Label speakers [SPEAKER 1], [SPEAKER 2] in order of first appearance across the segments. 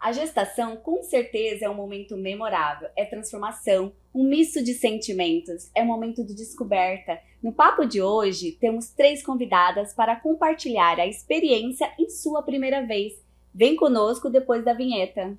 [SPEAKER 1] A gestação, com certeza, é um momento memorável, é transformação, um misto de sentimentos, é um momento de descoberta. No papo de hoje, temos três convidadas para compartilhar a experiência em sua primeira vez. Vem conosco depois da vinheta.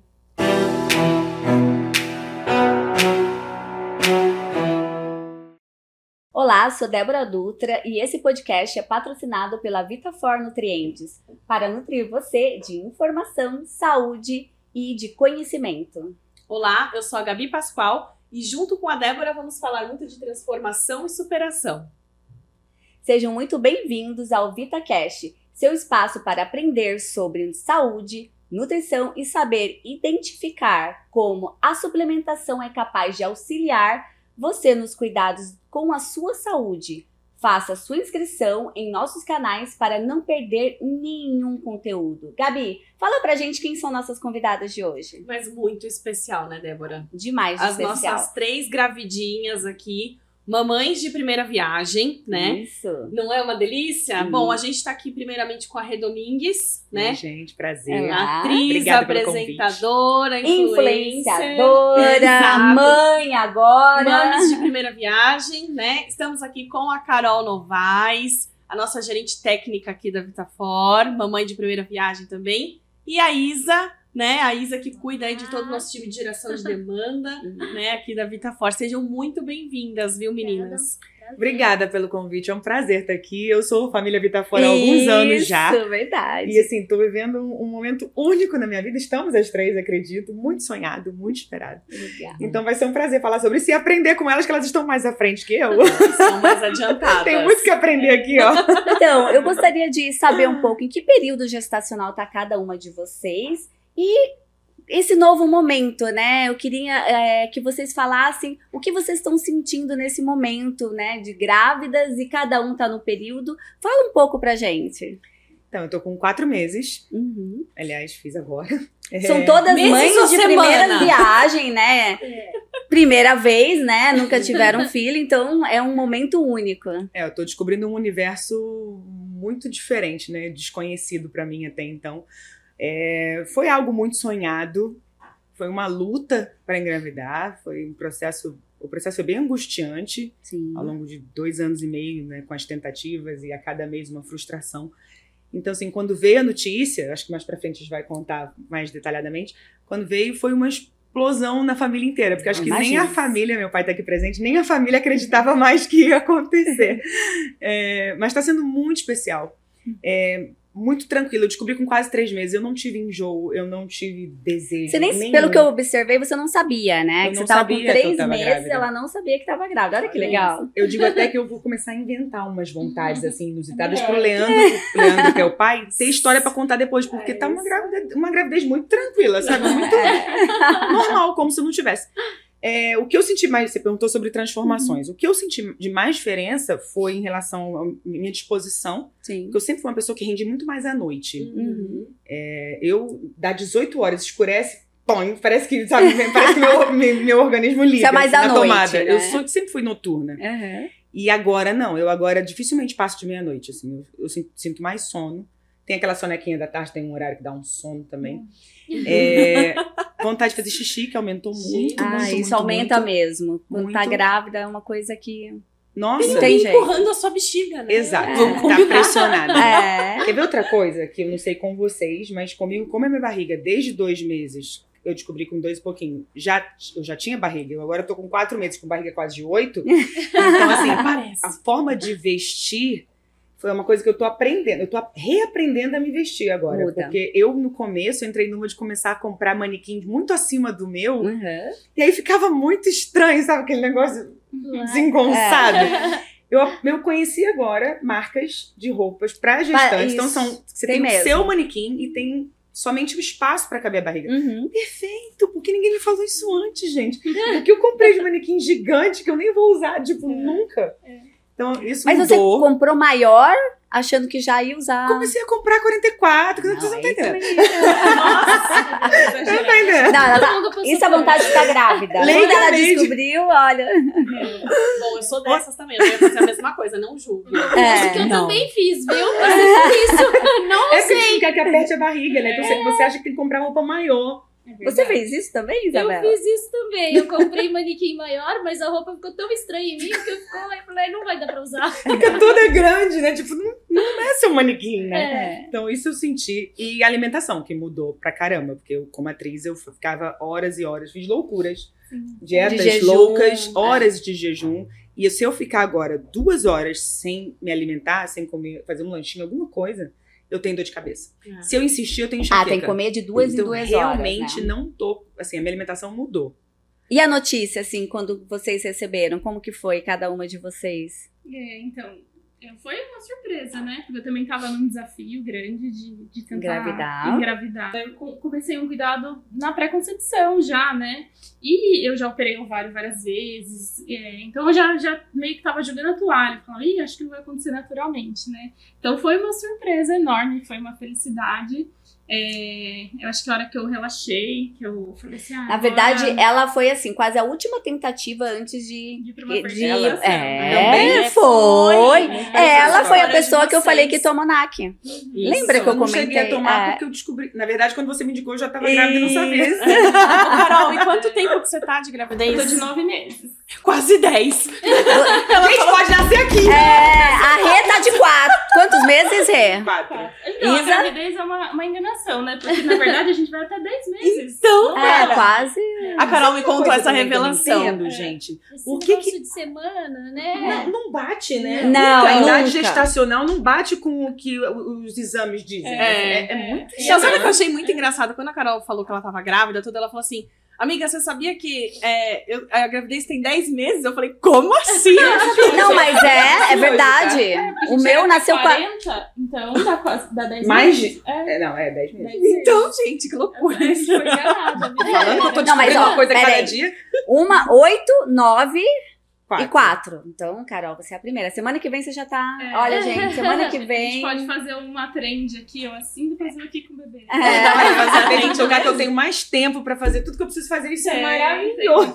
[SPEAKER 1] Olá, sou Débora Dutra e esse podcast é patrocinado pela Vitafor Nutrientes, para nutrir você de informação, saúde e de conhecimento.
[SPEAKER 2] Olá, eu sou a Gabi Pascoal e junto com a Débora vamos falar muito de transformação e superação.
[SPEAKER 1] Sejam muito bem-vindos ao VitaCast, seu espaço para aprender sobre saúde, nutrição e saber identificar como a suplementação é capaz de auxiliar você nos cuidados com a sua saúde. Faça sua inscrição em nossos canais para não perder nenhum conteúdo. Gabi, fala pra gente quem são nossas convidadas de hoje.
[SPEAKER 2] Mas muito especial, né, Débora?
[SPEAKER 1] Demais de
[SPEAKER 2] As
[SPEAKER 1] especial.
[SPEAKER 2] nossas três gravidinhas aqui, mamães de primeira viagem,
[SPEAKER 3] Uhum.
[SPEAKER 2] né?
[SPEAKER 1] Isso.
[SPEAKER 2] Não é uma delícia?
[SPEAKER 1] Sim.
[SPEAKER 2] Bom, a gente tá aqui primeiramente com a Redomingues, né?
[SPEAKER 3] Oi, gente, prazer.
[SPEAKER 1] É lá.
[SPEAKER 2] Atriz,
[SPEAKER 3] Uhum. Ah, Obrigada pelo
[SPEAKER 2] apresentadora, influencer.
[SPEAKER 1] Influenciadora,
[SPEAKER 2] Exato.
[SPEAKER 1] mãe agora.
[SPEAKER 2] Mames de primeira viagem, né? Estamos aqui com a Carol Novaes, a nossa gerente técnica aqui da Vitafor, mamãe de primeira viagem também, e a Isa, né? A Isa que cuida aí de todo o nosso time de geração de demanda, né, aqui da Vitafor. Sejam muito bem-vindas, viu, meninas?
[SPEAKER 3] Obrigada pelo convite, é um prazer estar aqui. Eu sou família Vitafora há alguns anos já.
[SPEAKER 1] Isso, verdade.
[SPEAKER 3] E assim, tô vivendo um, um momento único na minha vida. Estamos as três, acredito. Muito sonhado, muito esperado.
[SPEAKER 1] Obrigada.
[SPEAKER 3] Então vai ser um prazer falar sobre isso e aprender com elas, que elas estão mais à frente que eu.
[SPEAKER 2] São mais adiantadas.
[SPEAKER 3] Tem muito que aprender aqui, ó.
[SPEAKER 1] Então, eu gostaria de saber um pouco em que período gestacional está cada uma de vocês e esse novo momento, né? Eu queria é, que vocês falassem o que vocês estão sentindo nesse momento, né? De grávidas e cada um tá no período. Fala um pouco pra gente. Uhum.
[SPEAKER 3] Então, eu tô com quatro meses. Aliás, fiz agora. É,
[SPEAKER 1] São todas
[SPEAKER 2] Meses
[SPEAKER 1] mães
[SPEAKER 2] ou
[SPEAKER 1] de primeira
[SPEAKER 2] semana?
[SPEAKER 1] viagem, né?
[SPEAKER 3] É.
[SPEAKER 1] Primeira vez, né? Nunca tiveram filho, então é um momento único.
[SPEAKER 3] É, eu tô descobrindo um universo muito diferente, né? Desconhecido pra mim até então. É, foi algo muito sonhado, foi uma luta para engravidar, foi um processo, o processo foi bem angustiante
[SPEAKER 1] Sim.
[SPEAKER 3] ao longo de dois anos e meio, né? Com as tentativas e a cada mês uma frustração. Então, assim, quando veio a notícia, acho que mais pra frente a gente vai contar mais detalhadamente, quando veio foi uma explosão na família inteira, porque acho que nem
[SPEAKER 1] Imagina.
[SPEAKER 3] a família, meu pai tá aqui presente, nem a família acreditava mais que ia acontecer. É, mas tá sendo muito especial. É, muito tranquilo, eu descobri com quase três meses, eu não tive enjoo, eu não tive desejo.
[SPEAKER 1] Você nem,
[SPEAKER 3] nenhum.
[SPEAKER 1] pelo que eu observei, você não sabia, né?
[SPEAKER 3] Eu
[SPEAKER 1] que
[SPEAKER 3] não
[SPEAKER 1] você tava
[SPEAKER 3] sabia
[SPEAKER 1] com
[SPEAKER 3] que eu
[SPEAKER 1] três
[SPEAKER 3] tava
[SPEAKER 1] meses,
[SPEAKER 3] grávida.
[SPEAKER 1] ela não sabia que estava grávida. Olha que
[SPEAKER 3] Olha
[SPEAKER 1] legal.
[SPEAKER 3] Eu digo até que eu vou começar a inventar umas vontades assim inusitadas
[SPEAKER 1] É.
[SPEAKER 3] pro Leandro, Leandro, que é o pai, ter história pra contar depois, porque tá uma gravidez, uma gravidez muito tranquila, sabe? Muito
[SPEAKER 1] É.
[SPEAKER 3] normal, como se não tivesse. É, o que eu senti mais, você perguntou sobre
[SPEAKER 1] Uhum.
[SPEAKER 3] transformações. O que eu senti de mais diferença foi em relação à minha disposição,
[SPEAKER 1] Sim.
[SPEAKER 3] porque eu sempre fui uma pessoa que rendi muito mais à noite.
[SPEAKER 2] Uhum.
[SPEAKER 3] É, eu, dá 18 horas, escurece, põe, parece que, sabe, parece que meu, meu, meu organismo liga
[SPEAKER 1] é mais
[SPEAKER 3] assim,
[SPEAKER 1] à
[SPEAKER 3] na
[SPEAKER 1] noite,
[SPEAKER 3] tomada.
[SPEAKER 1] né?
[SPEAKER 3] Eu sou- sempre fui noturna. E agora não, eu agora dificilmente passo de meia-noite, assim, eu, eu sin- sinto mais sono. Tem aquela sonequinha da tarde, tem um horário que dá um sono também.
[SPEAKER 1] Uhum.
[SPEAKER 3] É, vontade de fazer xixi, que aumentou muito,
[SPEAKER 1] Ah,
[SPEAKER 3] muito,
[SPEAKER 1] isso
[SPEAKER 3] muito,
[SPEAKER 1] aumenta
[SPEAKER 3] muito.
[SPEAKER 1] mesmo. Quando tá
[SPEAKER 3] Muito.
[SPEAKER 1] grávida, é uma coisa que.
[SPEAKER 3] Nossa,
[SPEAKER 1] Tem
[SPEAKER 2] Tem
[SPEAKER 1] jeito.
[SPEAKER 2] empurrando a sua bexiga, né?
[SPEAKER 3] exato,
[SPEAKER 1] é Vamos
[SPEAKER 3] tá pressionada.
[SPEAKER 1] É.
[SPEAKER 3] Quer ver outra coisa que eu não sei com vocês, mas comigo, como é minha barriga desde dois meses, eu descobri com dois e pouquinho, já, eu já tinha barriga, eu agora tô com quatro meses, com barriga quase de oito. Então, assim,
[SPEAKER 2] Parece.
[SPEAKER 3] a forma de vestir foi uma coisa que eu tô aprendendo. Eu tô reaprendendo a me vestir agora.
[SPEAKER 1] Muda.
[SPEAKER 3] Porque eu, no começo, eu entrei numa de começar a comprar manequins muito acima do meu.
[SPEAKER 1] Uhum.
[SPEAKER 3] E aí ficava muito estranho, sabe? Aquele negócio desengonçado. Eu, eu conheci agora marcas de roupas pra gestantes. Então,
[SPEAKER 1] isso.
[SPEAKER 3] são, você
[SPEAKER 1] Tem
[SPEAKER 3] tem, o
[SPEAKER 1] mesmo.
[SPEAKER 3] seu manequim e tem somente o espaço pra caber a barriga.
[SPEAKER 1] Uhum.
[SPEAKER 3] Perfeito, porque ninguém me falou isso antes, gente. Porque eu comprei de manequim gigante que eu nem vou usar, tipo, nunca. Então, isso
[SPEAKER 1] Mas você
[SPEAKER 3] mudou.
[SPEAKER 1] comprou maior, achando que já ia usar.
[SPEAKER 3] Comecei a comprar 44, que
[SPEAKER 1] Não,
[SPEAKER 3] não, vocês não é.
[SPEAKER 1] aí
[SPEAKER 3] estão entendendo.
[SPEAKER 2] Nossa, que
[SPEAKER 3] Não
[SPEAKER 2] exagero.
[SPEAKER 3] estão entendendo.
[SPEAKER 1] Não, ela tá-
[SPEAKER 4] Todo mundo passou
[SPEAKER 1] Isso é a
[SPEAKER 4] por
[SPEAKER 1] vontade de estar grávida. Quando ela
[SPEAKER 3] Legalmente.
[SPEAKER 1] descobriu, olha.
[SPEAKER 2] Bom, eu sou dessas também, eu ia fazer a mesma coisa, não julgo.
[SPEAKER 4] isso, que eu
[SPEAKER 1] É. Ah,
[SPEAKER 3] Não.
[SPEAKER 4] também fiz, viu? Mas isso, não
[SPEAKER 1] assim?
[SPEAKER 3] É porque a gente não quer que aperte a barriga, né? Então, você- você acha que tem que comprar roupa maior.
[SPEAKER 1] Você fez isso também, Isabela?
[SPEAKER 4] Eu fiz isso também. Eu comprei manequim maior, mas a roupa ficou tão estranha em mim que eu ficou, eu falei, "Ah, não vai dar pra usar.
[SPEAKER 3] Fica toda grande, né? Tipo, não, não é seu manequim, né?
[SPEAKER 4] É.
[SPEAKER 3] Então, isso eu senti. E a alimentação, que mudou pra caramba. Porque eu, como atriz, eu ficava horas e horas, fiz loucuras. Dietas
[SPEAKER 1] De jejum,
[SPEAKER 3] loucas,
[SPEAKER 1] é.
[SPEAKER 3] horas de jejum. E se eu ficar agora duas horas sem me alimentar, sem comer, fazer um lanchinho, alguma coisa, eu tenho dor de cabeça.
[SPEAKER 2] Ah.
[SPEAKER 3] Se eu insistir, eu tenho
[SPEAKER 1] Ah,
[SPEAKER 3] enxaqueca.
[SPEAKER 1] tem que comer de duas
[SPEAKER 3] então,
[SPEAKER 1] em duas horas.
[SPEAKER 3] realmente
[SPEAKER 1] né?
[SPEAKER 3] não tô... Assim, a minha alimentação mudou.
[SPEAKER 1] E a notícia, assim, quando vocês receberam, como que foi cada uma de vocês?
[SPEAKER 5] É, então, é, foi uma surpresa, né? Porque eu também tava num desafio grande de, de tentar
[SPEAKER 1] Engravidar.
[SPEAKER 5] engravidar. Eu co- comecei um cuidado na pré-concepção já, né? E eu já operei ovário várias vezes, é, então eu já, já meio que tava jogando a toalha. Falando, ih, acho que não vai acontecer naturalmente, né? Então foi uma surpresa enorme, foi uma felicidade. É, eu acho que a hora que eu relaxei, que eu falei assim, ah,
[SPEAKER 1] Na verdade,
[SPEAKER 5] agora-
[SPEAKER 1] ela foi, assim, quase a última tentativa antes de...
[SPEAKER 5] De pra uma
[SPEAKER 1] de-
[SPEAKER 5] fertilização, né?
[SPEAKER 1] É,
[SPEAKER 2] Também
[SPEAKER 1] foi. é, Ela
[SPEAKER 5] é
[SPEAKER 1] foi a
[SPEAKER 2] História de
[SPEAKER 1] pessoa que eu
[SPEAKER 2] vocês.
[SPEAKER 1] falei que tomou NAC. Lembra que eu
[SPEAKER 3] não cheguei a
[SPEAKER 1] comentei?
[SPEAKER 3] tomar
[SPEAKER 1] É.
[SPEAKER 3] porque eu descobri... Na verdade, quando você me indicou, eu já tava grávida e não sabia.
[SPEAKER 1] Isso.
[SPEAKER 2] Carol, e quanto tempo que você tá de
[SPEAKER 5] Eu
[SPEAKER 2] gravidez?
[SPEAKER 5] tô de nove meses.
[SPEAKER 2] Quase 10.
[SPEAKER 3] Gente, pode nascer aqui!
[SPEAKER 1] É, a Rê tá de quatro. Quantos meses, Rê?
[SPEAKER 3] Quatro.
[SPEAKER 5] Então,
[SPEAKER 1] Isa?
[SPEAKER 5] a gravidez é uma, uma enganação, né? Porque, na verdade, a gente vai até 10 meses.
[SPEAKER 2] Então,
[SPEAKER 1] É,
[SPEAKER 2] cara.
[SPEAKER 1] quase.
[SPEAKER 2] A Carol me contou
[SPEAKER 3] Coisa
[SPEAKER 2] essa
[SPEAKER 3] também que eu não
[SPEAKER 2] revelação. É.
[SPEAKER 3] entendo, gente.
[SPEAKER 4] Esse
[SPEAKER 3] O que É.
[SPEAKER 4] negócio de semana, né?
[SPEAKER 3] Não, não bate, né?
[SPEAKER 1] Não, é
[SPEAKER 3] a idade
[SPEAKER 1] nunca.
[SPEAKER 3] gestacional não bate com o que o- os exames dizem.
[SPEAKER 2] É.
[SPEAKER 3] é muito
[SPEAKER 2] Então, sabe o que eu
[SPEAKER 3] né?
[SPEAKER 2] achei muito engraçado? Quando a Carol falou que ela tava grávida, tudo, ela falou assim: Amiga, você sabia que é, eu- a gravidez tem 10 meses? Eu falei, como assim?
[SPEAKER 1] Não, mas é, é verdade.
[SPEAKER 5] Porque né? a
[SPEAKER 1] O
[SPEAKER 5] gente
[SPEAKER 1] meu
[SPEAKER 5] era
[SPEAKER 1] nasceu com
[SPEAKER 5] 40, então dá quase dá 10
[SPEAKER 3] Mais
[SPEAKER 5] meses. É,
[SPEAKER 3] É, não, é 10 meses.
[SPEAKER 5] 10 meses.
[SPEAKER 2] Então, gente, que loucura
[SPEAKER 5] A gente
[SPEAKER 2] isso.
[SPEAKER 5] foi enganada. a vida
[SPEAKER 3] Falando que eu tô
[SPEAKER 1] Não, mas,
[SPEAKER 3] descobrindo
[SPEAKER 1] ó,
[SPEAKER 3] uma coisa a cada
[SPEAKER 1] peraí.
[SPEAKER 3] dia.
[SPEAKER 1] Uma, oito, nove
[SPEAKER 3] Quatro.
[SPEAKER 1] e quatro. Então, Carol, você é a primeira. Semana que vem você já tá.
[SPEAKER 5] É.
[SPEAKER 1] Olha, gente, semana que
[SPEAKER 5] A gente
[SPEAKER 1] vem.
[SPEAKER 5] pode fazer uma trend aqui, ou assim, depois eu aqui com o bebê.
[SPEAKER 1] É.
[SPEAKER 3] Não, mas você tem gente jogar que eu tenho mais tempo pra fazer tudo que eu preciso fazer. Isso é, maravilhoso.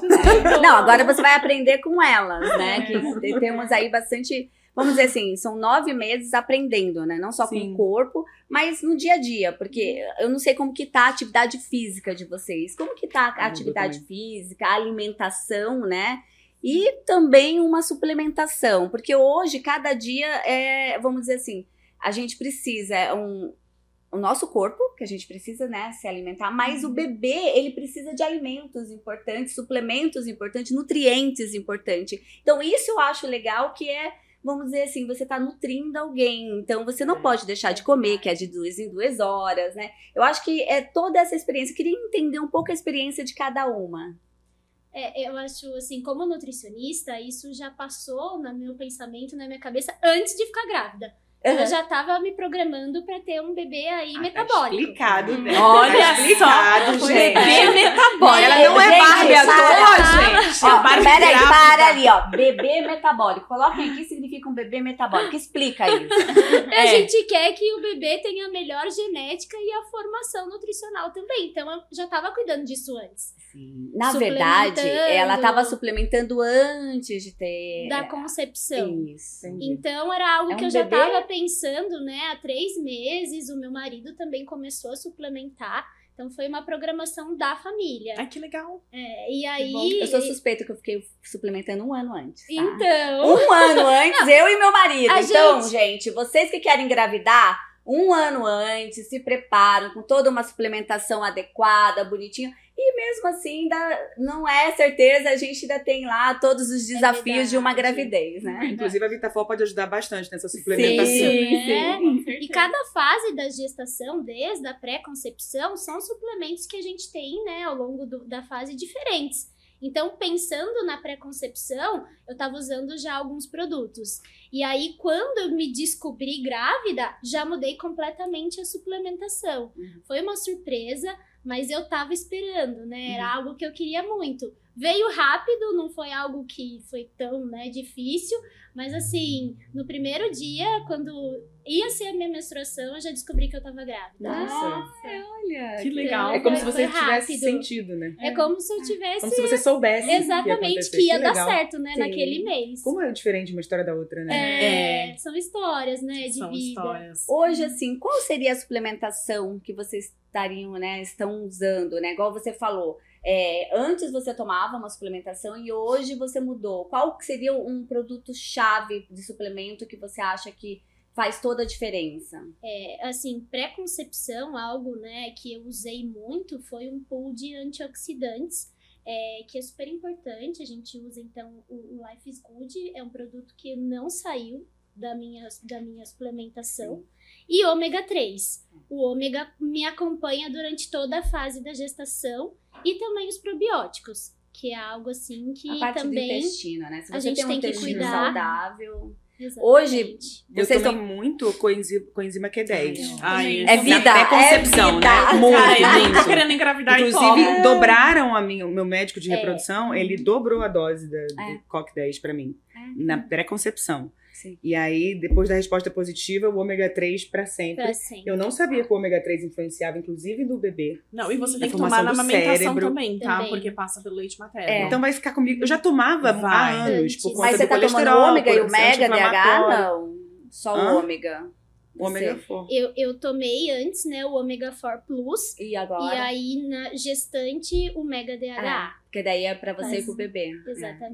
[SPEAKER 1] Não, agora você vai aprender com elas, né?
[SPEAKER 5] É.
[SPEAKER 1] Que te- temos aí bastante. Vamos dizer assim, são nove meses aprendendo, né? Não só com
[SPEAKER 3] Sim.
[SPEAKER 1] o corpo, mas no dia a dia. Porque eu não sei como que tá a atividade física de vocês. Como que tá a
[SPEAKER 3] Mudou
[SPEAKER 1] atividade física, a alimentação, né? E também uma suplementação. Porque hoje, cada dia, é, vamos dizer assim, a gente precisa é um... O nosso corpo, que a gente precisa, né, se alimentar, mas o bebê, ele precisa de alimentos importantes, suplementos importantes, nutrientes importantes. Então, isso eu acho legal, que é, vamos dizer assim, você tá nutrindo alguém. Então, você não pode deixar de comer, que é de duas em duas horas, né? Eu acho que é toda essa experiência. Eu queria entender um pouco a experiência de cada uma.
[SPEAKER 4] É, eu acho, assim, como nutricionista, isso já passou no meu pensamento, na minha cabeça, antes de ficar grávida. Eu já tá tava me programando pra ter um bebê
[SPEAKER 1] Ah, tá
[SPEAKER 4] aí metabólico.
[SPEAKER 3] Explicado, né?
[SPEAKER 1] Uhum.
[SPEAKER 2] Olha
[SPEAKER 3] Tá explicado,
[SPEAKER 2] só,
[SPEAKER 3] gente.
[SPEAKER 2] bebê metabólico.
[SPEAKER 1] Ela não é
[SPEAKER 2] Gente,
[SPEAKER 1] Barbie à
[SPEAKER 2] para,
[SPEAKER 1] toa,
[SPEAKER 2] gente.
[SPEAKER 3] É
[SPEAKER 1] Ó,
[SPEAKER 2] A Barbie
[SPEAKER 1] peraí,
[SPEAKER 2] grávida.
[SPEAKER 1] para ali, ó. Bebê metabólico. Coloquem aqui o que significa um bebê metabólico. Explica isso.
[SPEAKER 4] A
[SPEAKER 2] É.
[SPEAKER 4] gente quer que o bebê tenha a melhor genética e a formação nutricional também. Então, eu já tava cuidando disso antes.
[SPEAKER 1] Na
[SPEAKER 4] Suplementando.
[SPEAKER 1] verdade, ela estava suplementando antes de ter.
[SPEAKER 4] Da concepção.
[SPEAKER 1] Isso.
[SPEAKER 4] Então era algo
[SPEAKER 1] É
[SPEAKER 4] que
[SPEAKER 1] um
[SPEAKER 4] eu já
[SPEAKER 1] bebê?
[SPEAKER 4] estava pensando, né? Há três meses, o meu marido também começou a suplementar. Então foi uma programação da família.
[SPEAKER 2] Ai, que legal.
[SPEAKER 4] É, e
[SPEAKER 2] bom.
[SPEAKER 4] aí.
[SPEAKER 1] Eu sou suspeita que eu fiquei suplementando um ano antes. tá?
[SPEAKER 4] Então.
[SPEAKER 1] Um ano antes, eu e meu marido.
[SPEAKER 4] A
[SPEAKER 1] Então,
[SPEAKER 4] gente-
[SPEAKER 1] gente, vocês que querem engravidar, um ano antes, se preparam com toda uma suplementação adequada, bonitinha. E mesmo assim, ainda não é certeza, a gente ainda tem lá todos os desafios de uma
[SPEAKER 4] É verdade.
[SPEAKER 1] gravidez, né?
[SPEAKER 3] Inclusive, a Vitafor pode ajudar bastante nessa suplementação.
[SPEAKER 4] Sim, né?
[SPEAKER 1] Sim,
[SPEAKER 4] E cada fase da gestação, desde a pré-concepção, são suplementos que a gente tem, né, ao longo do- da fase diferentes. Então, pensando na pré-concepção, eu tava usando já alguns produtos. E aí, quando eu me descobri grávida, já mudei completamente a
[SPEAKER 3] Uhum.
[SPEAKER 4] suplementação. Foi uma surpresa, mas eu tava esperando, né? Era algo que eu queria muito. Veio rápido, não foi algo que foi tão né, difícil, mas assim, no primeiro dia, quando ia ser a minha menstruação, eu já descobri que eu tava grávida.
[SPEAKER 3] Nossa.
[SPEAKER 1] Olha,
[SPEAKER 2] Que legal.
[SPEAKER 3] É como se
[SPEAKER 4] Foi
[SPEAKER 3] você tivesse
[SPEAKER 4] rápido.
[SPEAKER 3] sentido, né?
[SPEAKER 4] É como se eu tivesse
[SPEAKER 3] Como se você soubesse. que ia
[SPEAKER 4] exatamente
[SPEAKER 3] acontecer.
[SPEAKER 4] que ia, dar
[SPEAKER 3] legal.
[SPEAKER 4] certo, né,
[SPEAKER 1] Sim.
[SPEAKER 4] naquele mês.
[SPEAKER 3] Como é diferente uma história da outra, né?
[SPEAKER 4] É, São histórias, né, de
[SPEAKER 2] São
[SPEAKER 4] vida.
[SPEAKER 2] histórias.
[SPEAKER 1] Hoje, assim, qual seria a suplementação que vocês estariam, né, estão usando, né? Igual você falou, é, antes você tomava uma suplementação e hoje você mudou. Qual que seria um produto-chave de suplemento que você acha que faz toda a diferença?
[SPEAKER 4] assim, pré-concepção, algo né, que eu usei muito, foi um pool de antioxidantes, é, que é super importante. A gente usa, então, o o Life is Good, é um produto que não saiu da minha, da minha suplementação. E ômega 3. O ômega me acompanha durante toda a fase da gestação e também os probióticos, que é algo assim que
[SPEAKER 1] a parte do
[SPEAKER 4] também.
[SPEAKER 1] intestino, né? Se
[SPEAKER 4] a
[SPEAKER 1] você
[SPEAKER 4] gente
[SPEAKER 1] tem um
[SPEAKER 4] tem que
[SPEAKER 1] intestino
[SPEAKER 4] cuidar.
[SPEAKER 1] saudável.
[SPEAKER 4] Exatamente.
[SPEAKER 3] Eu
[SPEAKER 1] Vocês
[SPEAKER 3] tomei muito coenzi- coenzima Ah, Q10.
[SPEAKER 2] Ai,
[SPEAKER 1] É
[SPEAKER 2] isso
[SPEAKER 1] vida,
[SPEAKER 3] Na pré-concepção,
[SPEAKER 1] é vida.
[SPEAKER 3] né?
[SPEAKER 2] Ai, nem tá
[SPEAKER 3] Muito, muito.
[SPEAKER 2] querendo engravidar e
[SPEAKER 3] Inclusive,
[SPEAKER 2] toma.
[SPEAKER 3] dobraram a minha, o meu médico de
[SPEAKER 4] É.
[SPEAKER 3] reprodução, ele dobrou a dose da,
[SPEAKER 1] É.
[SPEAKER 3] do COC10 pra mim, na pré-concepção.
[SPEAKER 1] Sim.
[SPEAKER 3] E aí, depois da resposta positiva, o ômega 3 pra sempre.
[SPEAKER 4] Pra sempre.
[SPEAKER 3] Eu não sabia que o ômega 3 influenciava, inclusive, no bebê.
[SPEAKER 2] Não, e você
[SPEAKER 3] Sim.
[SPEAKER 2] tem que
[SPEAKER 3] A formação
[SPEAKER 2] tomar na
[SPEAKER 3] do
[SPEAKER 2] amamentação
[SPEAKER 3] cérebro.
[SPEAKER 2] também, tá?
[SPEAKER 4] Também.
[SPEAKER 2] Porque passa pelo leite materno.
[SPEAKER 1] É.
[SPEAKER 3] Então vai ficar comigo. Eu já tomava
[SPEAKER 2] Vai.
[SPEAKER 3] há anos, por
[SPEAKER 4] Mas
[SPEAKER 3] conta
[SPEAKER 1] Mas você
[SPEAKER 3] do
[SPEAKER 1] tá tomando
[SPEAKER 3] colesterol,
[SPEAKER 1] ômega e
[SPEAKER 3] por- é
[SPEAKER 1] ômega, DH?
[SPEAKER 3] anti-inflamatório.
[SPEAKER 1] Não. Só
[SPEAKER 3] Hã?
[SPEAKER 1] o ômega.
[SPEAKER 3] Ômega
[SPEAKER 1] Você-
[SPEAKER 3] 4.
[SPEAKER 4] Eu, eu tomei antes, né, o ômega 4 Plus.
[SPEAKER 1] E agora?
[SPEAKER 4] E aí, na gestante, o Mega DHA.
[SPEAKER 1] Porque daí é pra você e
[SPEAKER 4] Mas-
[SPEAKER 1] pro bebê.
[SPEAKER 4] Exatamente.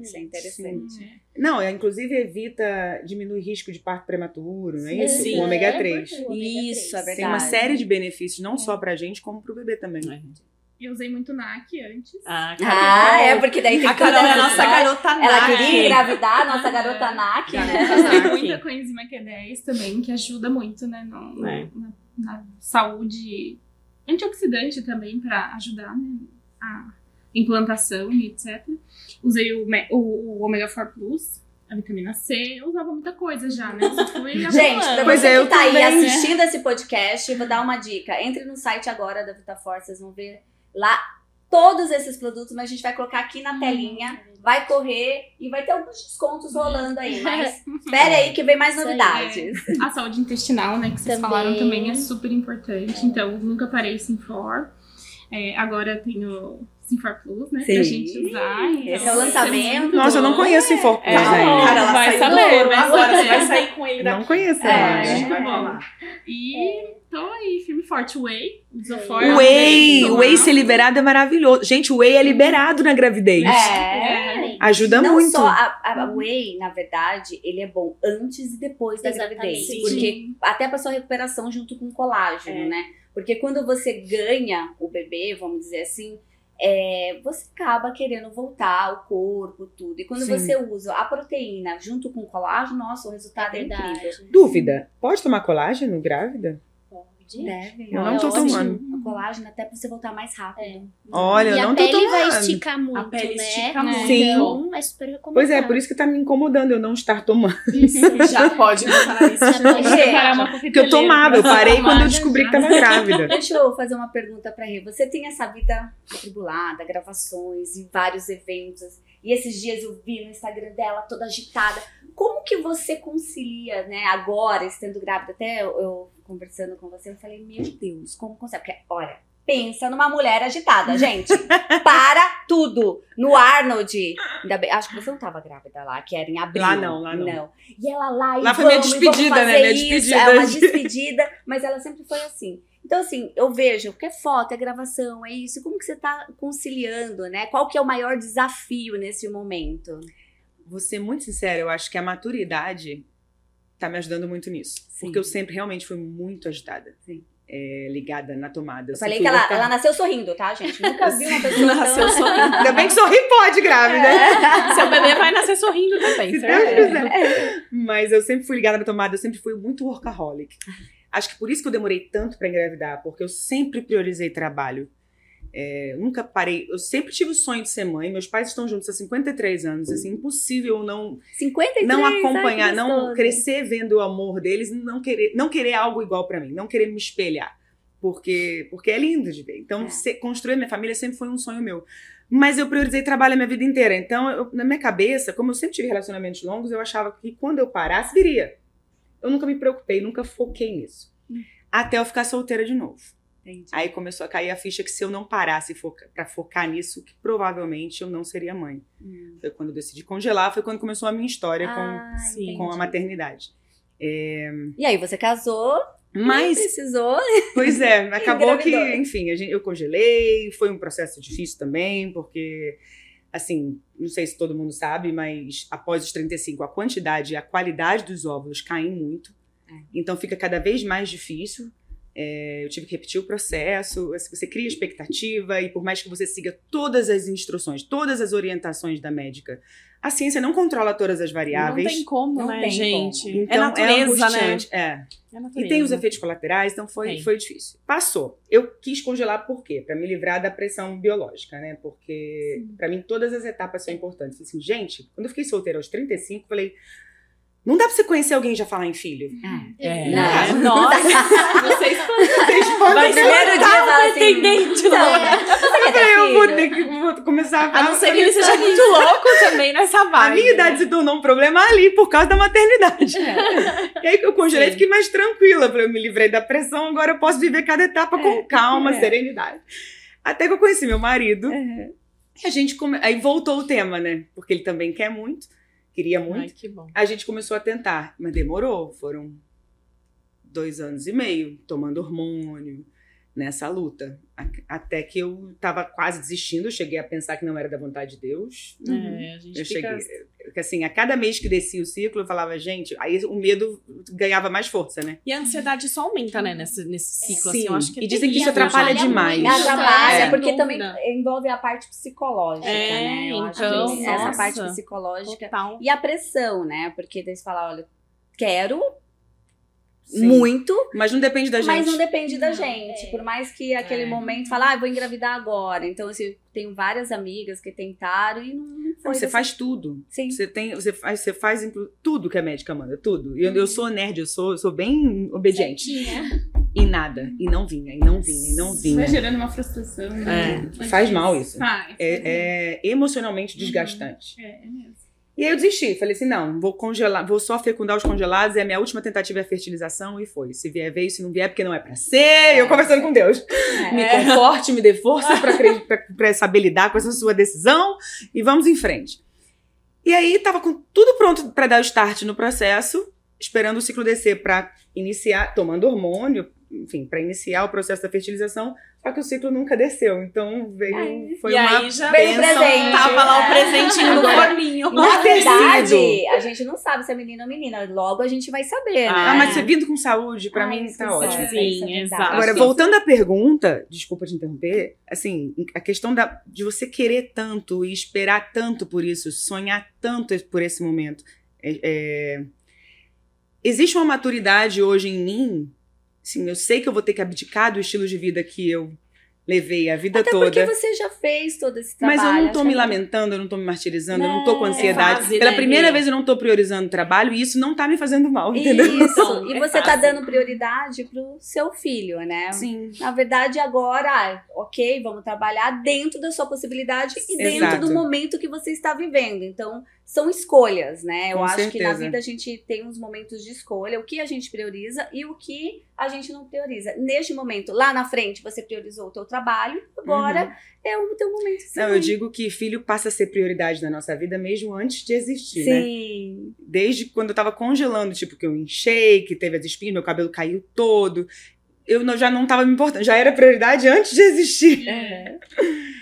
[SPEAKER 1] É, isso é interessante.
[SPEAKER 3] Não, é, inclusive evita, diminui risco de parto prematuro, não é
[SPEAKER 4] Sim.
[SPEAKER 3] isso?
[SPEAKER 2] Sim.
[SPEAKER 3] O ômega
[SPEAKER 4] É,
[SPEAKER 3] 3.
[SPEAKER 4] porque o ômega
[SPEAKER 1] Isso,
[SPEAKER 4] 3.
[SPEAKER 1] é
[SPEAKER 3] Tem uma
[SPEAKER 1] Verdade.
[SPEAKER 3] série de benefícios, não só pra gente, como pro bebê também.
[SPEAKER 2] É.
[SPEAKER 5] Eu usei muito NAC antes.
[SPEAKER 2] Ah,
[SPEAKER 1] Ah, é porque daí tem
[SPEAKER 2] A Carol é a
[SPEAKER 1] todas
[SPEAKER 2] nossa
[SPEAKER 1] as histórias.
[SPEAKER 2] garota
[SPEAKER 1] Ela
[SPEAKER 2] Nike.
[SPEAKER 1] queria engravidar a nossa garota NAC,
[SPEAKER 5] Eu
[SPEAKER 2] Tá
[SPEAKER 1] né?
[SPEAKER 5] usei
[SPEAKER 2] Nac.
[SPEAKER 5] muita coenzima Q10 também, que ajuda muito, né, no-
[SPEAKER 2] É.
[SPEAKER 5] na, na né, saúde. Antioxidante também, pra ajudar, né, a implantação e etc. Usei o, me- o, o ômega 4 Plus, a vitamina C, eu usava muita coisa já, né? Eu fui
[SPEAKER 1] Gente, pra
[SPEAKER 5] acumulando.
[SPEAKER 3] Pois
[SPEAKER 1] você
[SPEAKER 3] é, eu
[SPEAKER 1] que tá aí
[SPEAKER 3] também, né?
[SPEAKER 1] assistindo esse podcast, eu vou dar uma dica. Entre no site agora da VitaForce, vocês vão ver lá todos esses produtos, mas a gente vai colocar aqui
[SPEAKER 4] Hum,
[SPEAKER 1] na telinha. Vai correr e vai ter alguns descontos rolando aí. Mas espere aí que vem mais
[SPEAKER 4] Isso aí.
[SPEAKER 1] novidades.
[SPEAKER 5] A saúde intestinal, né, que vocês
[SPEAKER 4] Também.
[SPEAKER 5] falaram também é super importante. Então, nunca parei Simfor. É, agora eu tenho Simfor Plus, né, pra
[SPEAKER 1] Sim.
[SPEAKER 5] gente usar. Então,
[SPEAKER 1] Esse é o
[SPEAKER 5] vai ser
[SPEAKER 1] lançamento.
[SPEAKER 5] muito
[SPEAKER 3] Nossa, eu não
[SPEAKER 5] bom.
[SPEAKER 3] conheço o Infor
[SPEAKER 2] É,
[SPEAKER 3] Plus ainda.
[SPEAKER 5] Cara,
[SPEAKER 2] ela
[SPEAKER 5] vai
[SPEAKER 2] vai sair
[SPEAKER 5] saber,
[SPEAKER 2] do
[SPEAKER 5] vai
[SPEAKER 2] agora,
[SPEAKER 5] saber.
[SPEAKER 2] você vai sair com ele
[SPEAKER 3] Não conheço
[SPEAKER 1] É.
[SPEAKER 3] ela.
[SPEAKER 2] É.
[SPEAKER 3] ainda.
[SPEAKER 5] Super bola. E tô aí, firme e forte. Whey, Isofor.
[SPEAKER 3] O Whey, o Whey ser liberado é maravilhoso. Gente, o Whey é liberado na gravidez.
[SPEAKER 1] É.
[SPEAKER 4] Exatamente.
[SPEAKER 3] Ajuda
[SPEAKER 1] não
[SPEAKER 3] muito.
[SPEAKER 1] só a, a whey, na verdade, ele é bom antes e depois da
[SPEAKER 4] Exatamente.
[SPEAKER 1] gravidez,
[SPEAKER 4] Sim.
[SPEAKER 1] porque até para sua recuperação junto com colágeno,
[SPEAKER 2] É.
[SPEAKER 1] né? Porque quando você ganha o bebê, vamos dizer assim, é, você acaba querendo voltar ao corpo, tudo. E quando
[SPEAKER 3] Sim.
[SPEAKER 1] você usa a proteína junto com o colágeno, nossa, o resultado é,
[SPEAKER 4] Verdade.
[SPEAKER 1] incrível.
[SPEAKER 3] Dúvida, pode tomar colágeno grávida?
[SPEAKER 4] Pode.
[SPEAKER 1] Deve.
[SPEAKER 3] Eu
[SPEAKER 4] Não,
[SPEAKER 3] não
[SPEAKER 4] é
[SPEAKER 3] tô
[SPEAKER 4] ótimo.
[SPEAKER 3] tomando.
[SPEAKER 1] O colágeno até pra você voltar mais rápido.
[SPEAKER 3] Olha,
[SPEAKER 4] e
[SPEAKER 3] eu
[SPEAKER 4] a
[SPEAKER 3] não tô
[SPEAKER 4] pele vai
[SPEAKER 3] tomando.
[SPEAKER 4] esticar muito,
[SPEAKER 2] A pele
[SPEAKER 4] né?
[SPEAKER 2] estica
[SPEAKER 5] muito.
[SPEAKER 4] Então, é super recomendado.
[SPEAKER 3] Pois é, por isso que tá me incomodando eu não estar tomando.
[SPEAKER 2] Você já pode botar na lista de
[SPEAKER 4] Já
[SPEAKER 5] Vou
[SPEAKER 4] pode.
[SPEAKER 2] compras.
[SPEAKER 5] preparar uma
[SPEAKER 3] Porque eu tomava, eu parei quando eu descobri que tava grávida.
[SPEAKER 1] Deixa eu fazer uma pergunta pra Rê. Você tem essa vida atribulada, gravações e vários eventos. E esses dias eu vi no Instagram dela toda agitada. Como que você concilia, né, agora, estando grávida? Até eu, eu conversando com você, eu falei, meu Deus, como consegue? Porque, olha, pensa numa mulher agitada, gente. Para tudo! No Arnold. Ainda bem, acho que você não tava grávida lá, que era em abril.
[SPEAKER 3] Lá não, lá não.
[SPEAKER 1] E ela lá e
[SPEAKER 3] Lá foi minha
[SPEAKER 1] vamos, e vamos
[SPEAKER 3] despedida,
[SPEAKER 1] fazer
[SPEAKER 3] né? Minha
[SPEAKER 1] isso.
[SPEAKER 3] despedida.
[SPEAKER 1] É uma despedida, mas ela sempre foi assim. Então, assim, eu vejo que é foto, é gravação, é isso. Como que você tá conciliando, né? Qual que é o maior desafio nesse momento?
[SPEAKER 3] Vou ser muito sincera, eu acho que a maturidade tá me ajudando muito nisso.
[SPEAKER 1] Sim.
[SPEAKER 3] Porque eu sempre realmente fui muito agitada.
[SPEAKER 1] Sim.
[SPEAKER 3] é, ligada na tomada. Assim,
[SPEAKER 1] Eu falei que ela, ela nasceu sorrindo, tá, gente? Nunca vi uma pessoa
[SPEAKER 2] Nasceu
[SPEAKER 1] tão...
[SPEAKER 2] sorrindo.
[SPEAKER 3] Ainda bem que sorri pode, grávida.
[SPEAKER 2] Seu bebê vai nascer sorrindo
[SPEAKER 1] É,
[SPEAKER 2] também,
[SPEAKER 3] Se
[SPEAKER 2] certo?
[SPEAKER 3] Deus quiser. Mas eu sempre fui ligada na tomada, eu sempre fui muito workaholic. Acho que por isso que eu demorei tanto pra engravidar, porque eu sempre priorizei trabalho. É, nunca parei. Eu sempre tive o sonho de ser mãe. Meus pais estão juntos há 53 anos. Assim, impossível eu não
[SPEAKER 1] 53,
[SPEAKER 3] não
[SPEAKER 1] ai, que
[SPEAKER 3] acompanhar, não
[SPEAKER 1] gostoso.
[SPEAKER 3] crescer vendo o amor deles, não querer, não querer algo igual pra mim, não querer me espelhar. Porque, porque é lindo de ver. Então,
[SPEAKER 1] É.
[SPEAKER 3] se- construir a minha família sempre foi um sonho meu. Mas eu priorizei trabalho a minha vida inteira. Então, eu- na minha cabeça, como eu sempre tive relacionamentos longos, eu achava que quando eu parasse, viria. Eu nunca me preocupei, nunca foquei nisso.
[SPEAKER 1] Hum.
[SPEAKER 3] Até eu ficar solteira de novo.
[SPEAKER 1] Entendi.
[SPEAKER 3] Aí começou a cair a ficha que se eu não parasse foca, pra focar nisso, que provavelmente eu não seria mãe.
[SPEAKER 1] Hum.
[SPEAKER 3] Foi quando eu decidi congelar, foi quando começou a minha história
[SPEAKER 1] Ah,
[SPEAKER 3] com,
[SPEAKER 1] entendi.
[SPEAKER 3] com a maternidade. É,
[SPEAKER 1] E aí você casou, mas
[SPEAKER 3] mas,
[SPEAKER 1] precisou.
[SPEAKER 3] pois é, acabou que,
[SPEAKER 1] Engravidou.
[SPEAKER 3] enfim, a gente- eu congelei, foi um processo difícil também, porque, assim, não sei se todo mundo sabe, mas após os 35, a quantidade e a qualidade dos óvulos caem muito.
[SPEAKER 2] É.
[SPEAKER 3] Então fica cada vez mais difícil. É, eu tive que repetir o processo. assim, Você cria expectativa e, por mais que você siga todas as instruções, todas as orientações da médica, a ciência não controla todas as
[SPEAKER 2] Não
[SPEAKER 3] variáveis.
[SPEAKER 2] tem como,
[SPEAKER 1] Não
[SPEAKER 2] né,
[SPEAKER 1] tem
[SPEAKER 2] gente?
[SPEAKER 3] Então,
[SPEAKER 2] é natureza, né?
[SPEAKER 3] angustiante, É.
[SPEAKER 2] É natureza.
[SPEAKER 3] E tem os efeitos colaterais, então foi,
[SPEAKER 2] Tem.
[SPEAKER 3] foi difícil. Passou. Eu quis congelar por quê? Pra me livrar da pressão biológica, né? Porque pra mim todas as etapas são importantes. Falei Assim, gente, quando eu fiquei solteira aos 35, falei, não dá pra você conhecer alguém e já falar em filho.
[SPEAKER 2] É,
[SPEAKER 1] Não.
[SPEAKER 2] nossa, vocês
[SPEAKER 3] é
[SPEAKER 1] No primeiro dia fala assim,
[SPEAKER 2] pretendente
[SPEAKER 1] "Então, você quer ter
[SPEAKER 3] eu vou
[SPEAKER 1] filho?"
[SPEAKER 3] ter que vou começar a
[SPEAKER 2] A não ser que ele né? seja muito louco também nessa
[SPEAKER 3] A
[SPEAKER 2] vibe.
[SPEAKER 3] minha idade se tornou um problema ali por causa da maternidade. E aí que eu congelei e
[SPEAKER 2] Sim.
[SPEAKER 3] fiquei mais tranquila. Falei, eu me livrei da pressão, agora eu posso viver cada etapa com calma,
[SPEAKER 1] é.
[SPEAKER 3] serenidade. Até que eu conheci meu marido.
[SPEAKER 1] Uhum.
[SPEAKER 3] A gente come... Aí voltou o tema, né? Porque ele também quer muito, queria
[SPEAKER 2] Ai,
[SPEAKER 3] muito.
[SPEAKER 2] que bom.
[SPEAKER 3] A gente começou a tentar, mas demorou. Foram dois anos e meio tomando hormônio nessa luta. A- Até que eu tava quase desistindo, eu cheguei a pensar que não era da vontade de Deus.
[SPEAKER 2] É, a gente
[SPEAKER 3] Eu
[SPEAKER 2] fica...
[SPEAKER 3] cheguei. Porque assim, a cada mês que descia o ciclo, eu falava, gente, aí o medo ganhava mais força, né?
[SPEAKER 2] E a ansiedade só aumenta, né, nesse, nesse ciclo, assim, eu acho que é
[SPEAKER 3] e dizem que isso
[SPEAKER 2] terrível,
[SPEAKER 3] atrapalha
[SPEAKER 2] gente.
[SPEAKER 3] demais.
[SPEAKER 4] Isso,
[SPEAKER 1] Atrapalha,
[SPEAKER 3] é.
[SPEAKER 1] porque
[SPEAKER 2] Sem
[SPEAKER 1] também
[SPEAKER 2] dúvida.
[SPEAKER 1] envolve a parte psicológica,
[SPEAKER 2] É,
[SPEAKER 1] né? Eu acho
[SPEAKER 2] então,
[SPEAKER 1] que essa
[SPEAKER 2] nossa.
[SPEAKER 1] parte psicológica.
[SPEAKER 2] Total.
[SPEAKER 1] E a pressão, né? Porque daí você fala, olha, quero
[SPEAKER 3] Sim.
[SPEAKER 1] muito,
[SPEAKER 3] Mas não depende da gente.
[SPEAKER 1] mas não depende da
[SPEAKER 4] Não,
[SPEAKER 1] gente.
[SPEAKER 4] é.
[SPEAKER 1] Por mais que aquele
[SPEAKER 2] É.
[SPEAKER 1] momento fala, ah, eu vou engravidar agora. Então, assim, tenho várias amigas que tentaram e não, não foi.
[SPEAKER 3] Você
[SPEAKER 1] dessa-
[SPEAKER 3] faz tudo.
[SPEAKER 1] Sim.
[SPEAKER 3] Você tem, você faz, você faz inclu- tudo que a médica manda, tudo. Eu, eu sou nerd, eu sou, eu sou bem obediente.
[SPEAKER 4] Tinha.
[SPEAKER 3] E nada, e não vinha, e não vinha, e assim, não vinha. É,
[SPEAKER 5] Vai gerando uma frustração. né? Mas
[SPEAKER 3] Faz mal isso.
[SPEAKER 5] Faz.
[SPEAKER 3] É, é emocionalmente desgastante.
[SPEAKER 5] É, é mesmo.
[SPEAKER 3] E aí eu desisti, falei assim, não, vou congelar, vou só fecundar os congelados, e a minha última tentativa é a fertilização, e foi. Se vier, veio, se não vier, porque não é pra ser, eu conversando com Deus. Me
[SPEAKER 1] É.
[SPEAKER 3] conforte, me dê força pra, acre- pra- pra saber lidar com essa sua decisão, e vamos em frente. E aí tava com tudo pronto pra dar o start no processo, esperando o ciclo descer pra iniciar, tomando hormônio, enfim, pra iniciar o processo da fertilização, só que o ciclo nunca desceu, então veio, foi
[SPEAKER 2] e
[SPEAKER 3] uma...
[SPEAKER 2] aí já
[SPEAKER 1] Veio o
[SPEAKER 3] bênção.
[SPEAKER 1] presente.
[SPEAKER 2] tava lá o É. presentinho no
[SPEAKER 1] Agora,
[SPEAKER 2] forninho.
[SPEAKER 1] Na
[SPEAKER 3] Não ter
[SPEAKER 1] verdade,
[SPEAKER 3] sido.
[SPEAKER 1] a gente não sabe se é menino ou menina. Logo a gente vai saber, né?
[SPEAKER 3] Ah, mas
[SPEAKER 2] você
[SPEAKER 3] você vindo com saúde, pra
[SPEAKER 1] Ah,
[SPEAKER 3] mim
[SPEAKER 1] isso
[SPEAKER 3] tá
[SPEAKER 1] que
[SPEAKER 3] ótimo.
[SPEAKER 1] serve,
[SPEAKER 2] É. Sim,
[SPEAKER 1] isso é verdade.
[SPEAKER 2] exato.
[SPEAKER 3] Agora,
[SPEAKER 2] Acho que-
[SPEAKER 3] voltando à pergunta, desculpa te interromper, assim, a questão da, de você querer tanto e esperar tanto por isso, sonhar tanto por esse momento. É- é, existe uma maturidade hoje em mim, assim, eu sei que eu vou ter que abdicar do estilo de vida que eu levei a vida
[SPEAKER 1] Até
[SPEAKER 3] toda.
[SPEAKER 1] porque você já fez todo esse trabalho.
[SPEAKER 3] Mas eu não tô
[SPEAKER 1] acho
[SPEAKER 3] me
[SPEAKER 1] que- é
[SPEAKER 3] lamentando, eu não tô me martirizando, eu não tô com
[SPEAKER 1] Não, é
[SPEAKER 3] ansiedade.
[SPEAKER 2] fase,
[SPEAKER 3] Pela
[SPEAKER 2] né,
[SPEAKER 3] primeira
[SPEAKER 2] Bia?
[SPEAKER 3] vez eu não tô priorizando o trabalho e isso não tá me fazendo
[SPEAKER 1] É.
[SPEAKER 3] mal, entendeu?
[SPEAKER 1] Isso,
[SPEAKER 2] Não,
[SPEAKER 1] e
[SPEAKER 2] é
[SPEAKER 1] você tá
[SPEAKER 2] fácil.
[SPEAKER 1] dando prioridade pro seu filho, né?
[SPEAKER 3] Sim.
[SPEAKER 1] Na verdade, agora, ah, ok, vamos trabalhar dentro da sua possibilidade e dentro
[SPEAKER 3] Exato.
[SPEAKER 1] do momento que você está vivendo. Então, são escolhas, né? Eu
[SPEAKER 3] Com
[SPEAKER 1] acho que na
[SPEAKER 3] certeza.
[SPEAKER 1] vida a gente tem uns momentos de escolha, o que a gente prioriza e o que a gente não prioriza. Neste momento, lá na frente, você priorizou o teu trabalho, agora é o teu momento. de ser
[SPEAKER 3] Uhum. Não, eu
[SPEAKER 1] mãe.
[SPEAKER 3] digo que filho passa a ser prioridade na nossa vida mesmo antes de existir, né?
[SPEAKER 1] Sim.
[SPEAKER 3] Desde quando eu tava congelando, tipo, que eu inchei, que teve as espinhas, meu cabelo caiu todo. Eu não- já não tava me importando, já era prioridade antes de existir.
[SPEAKER 2] É.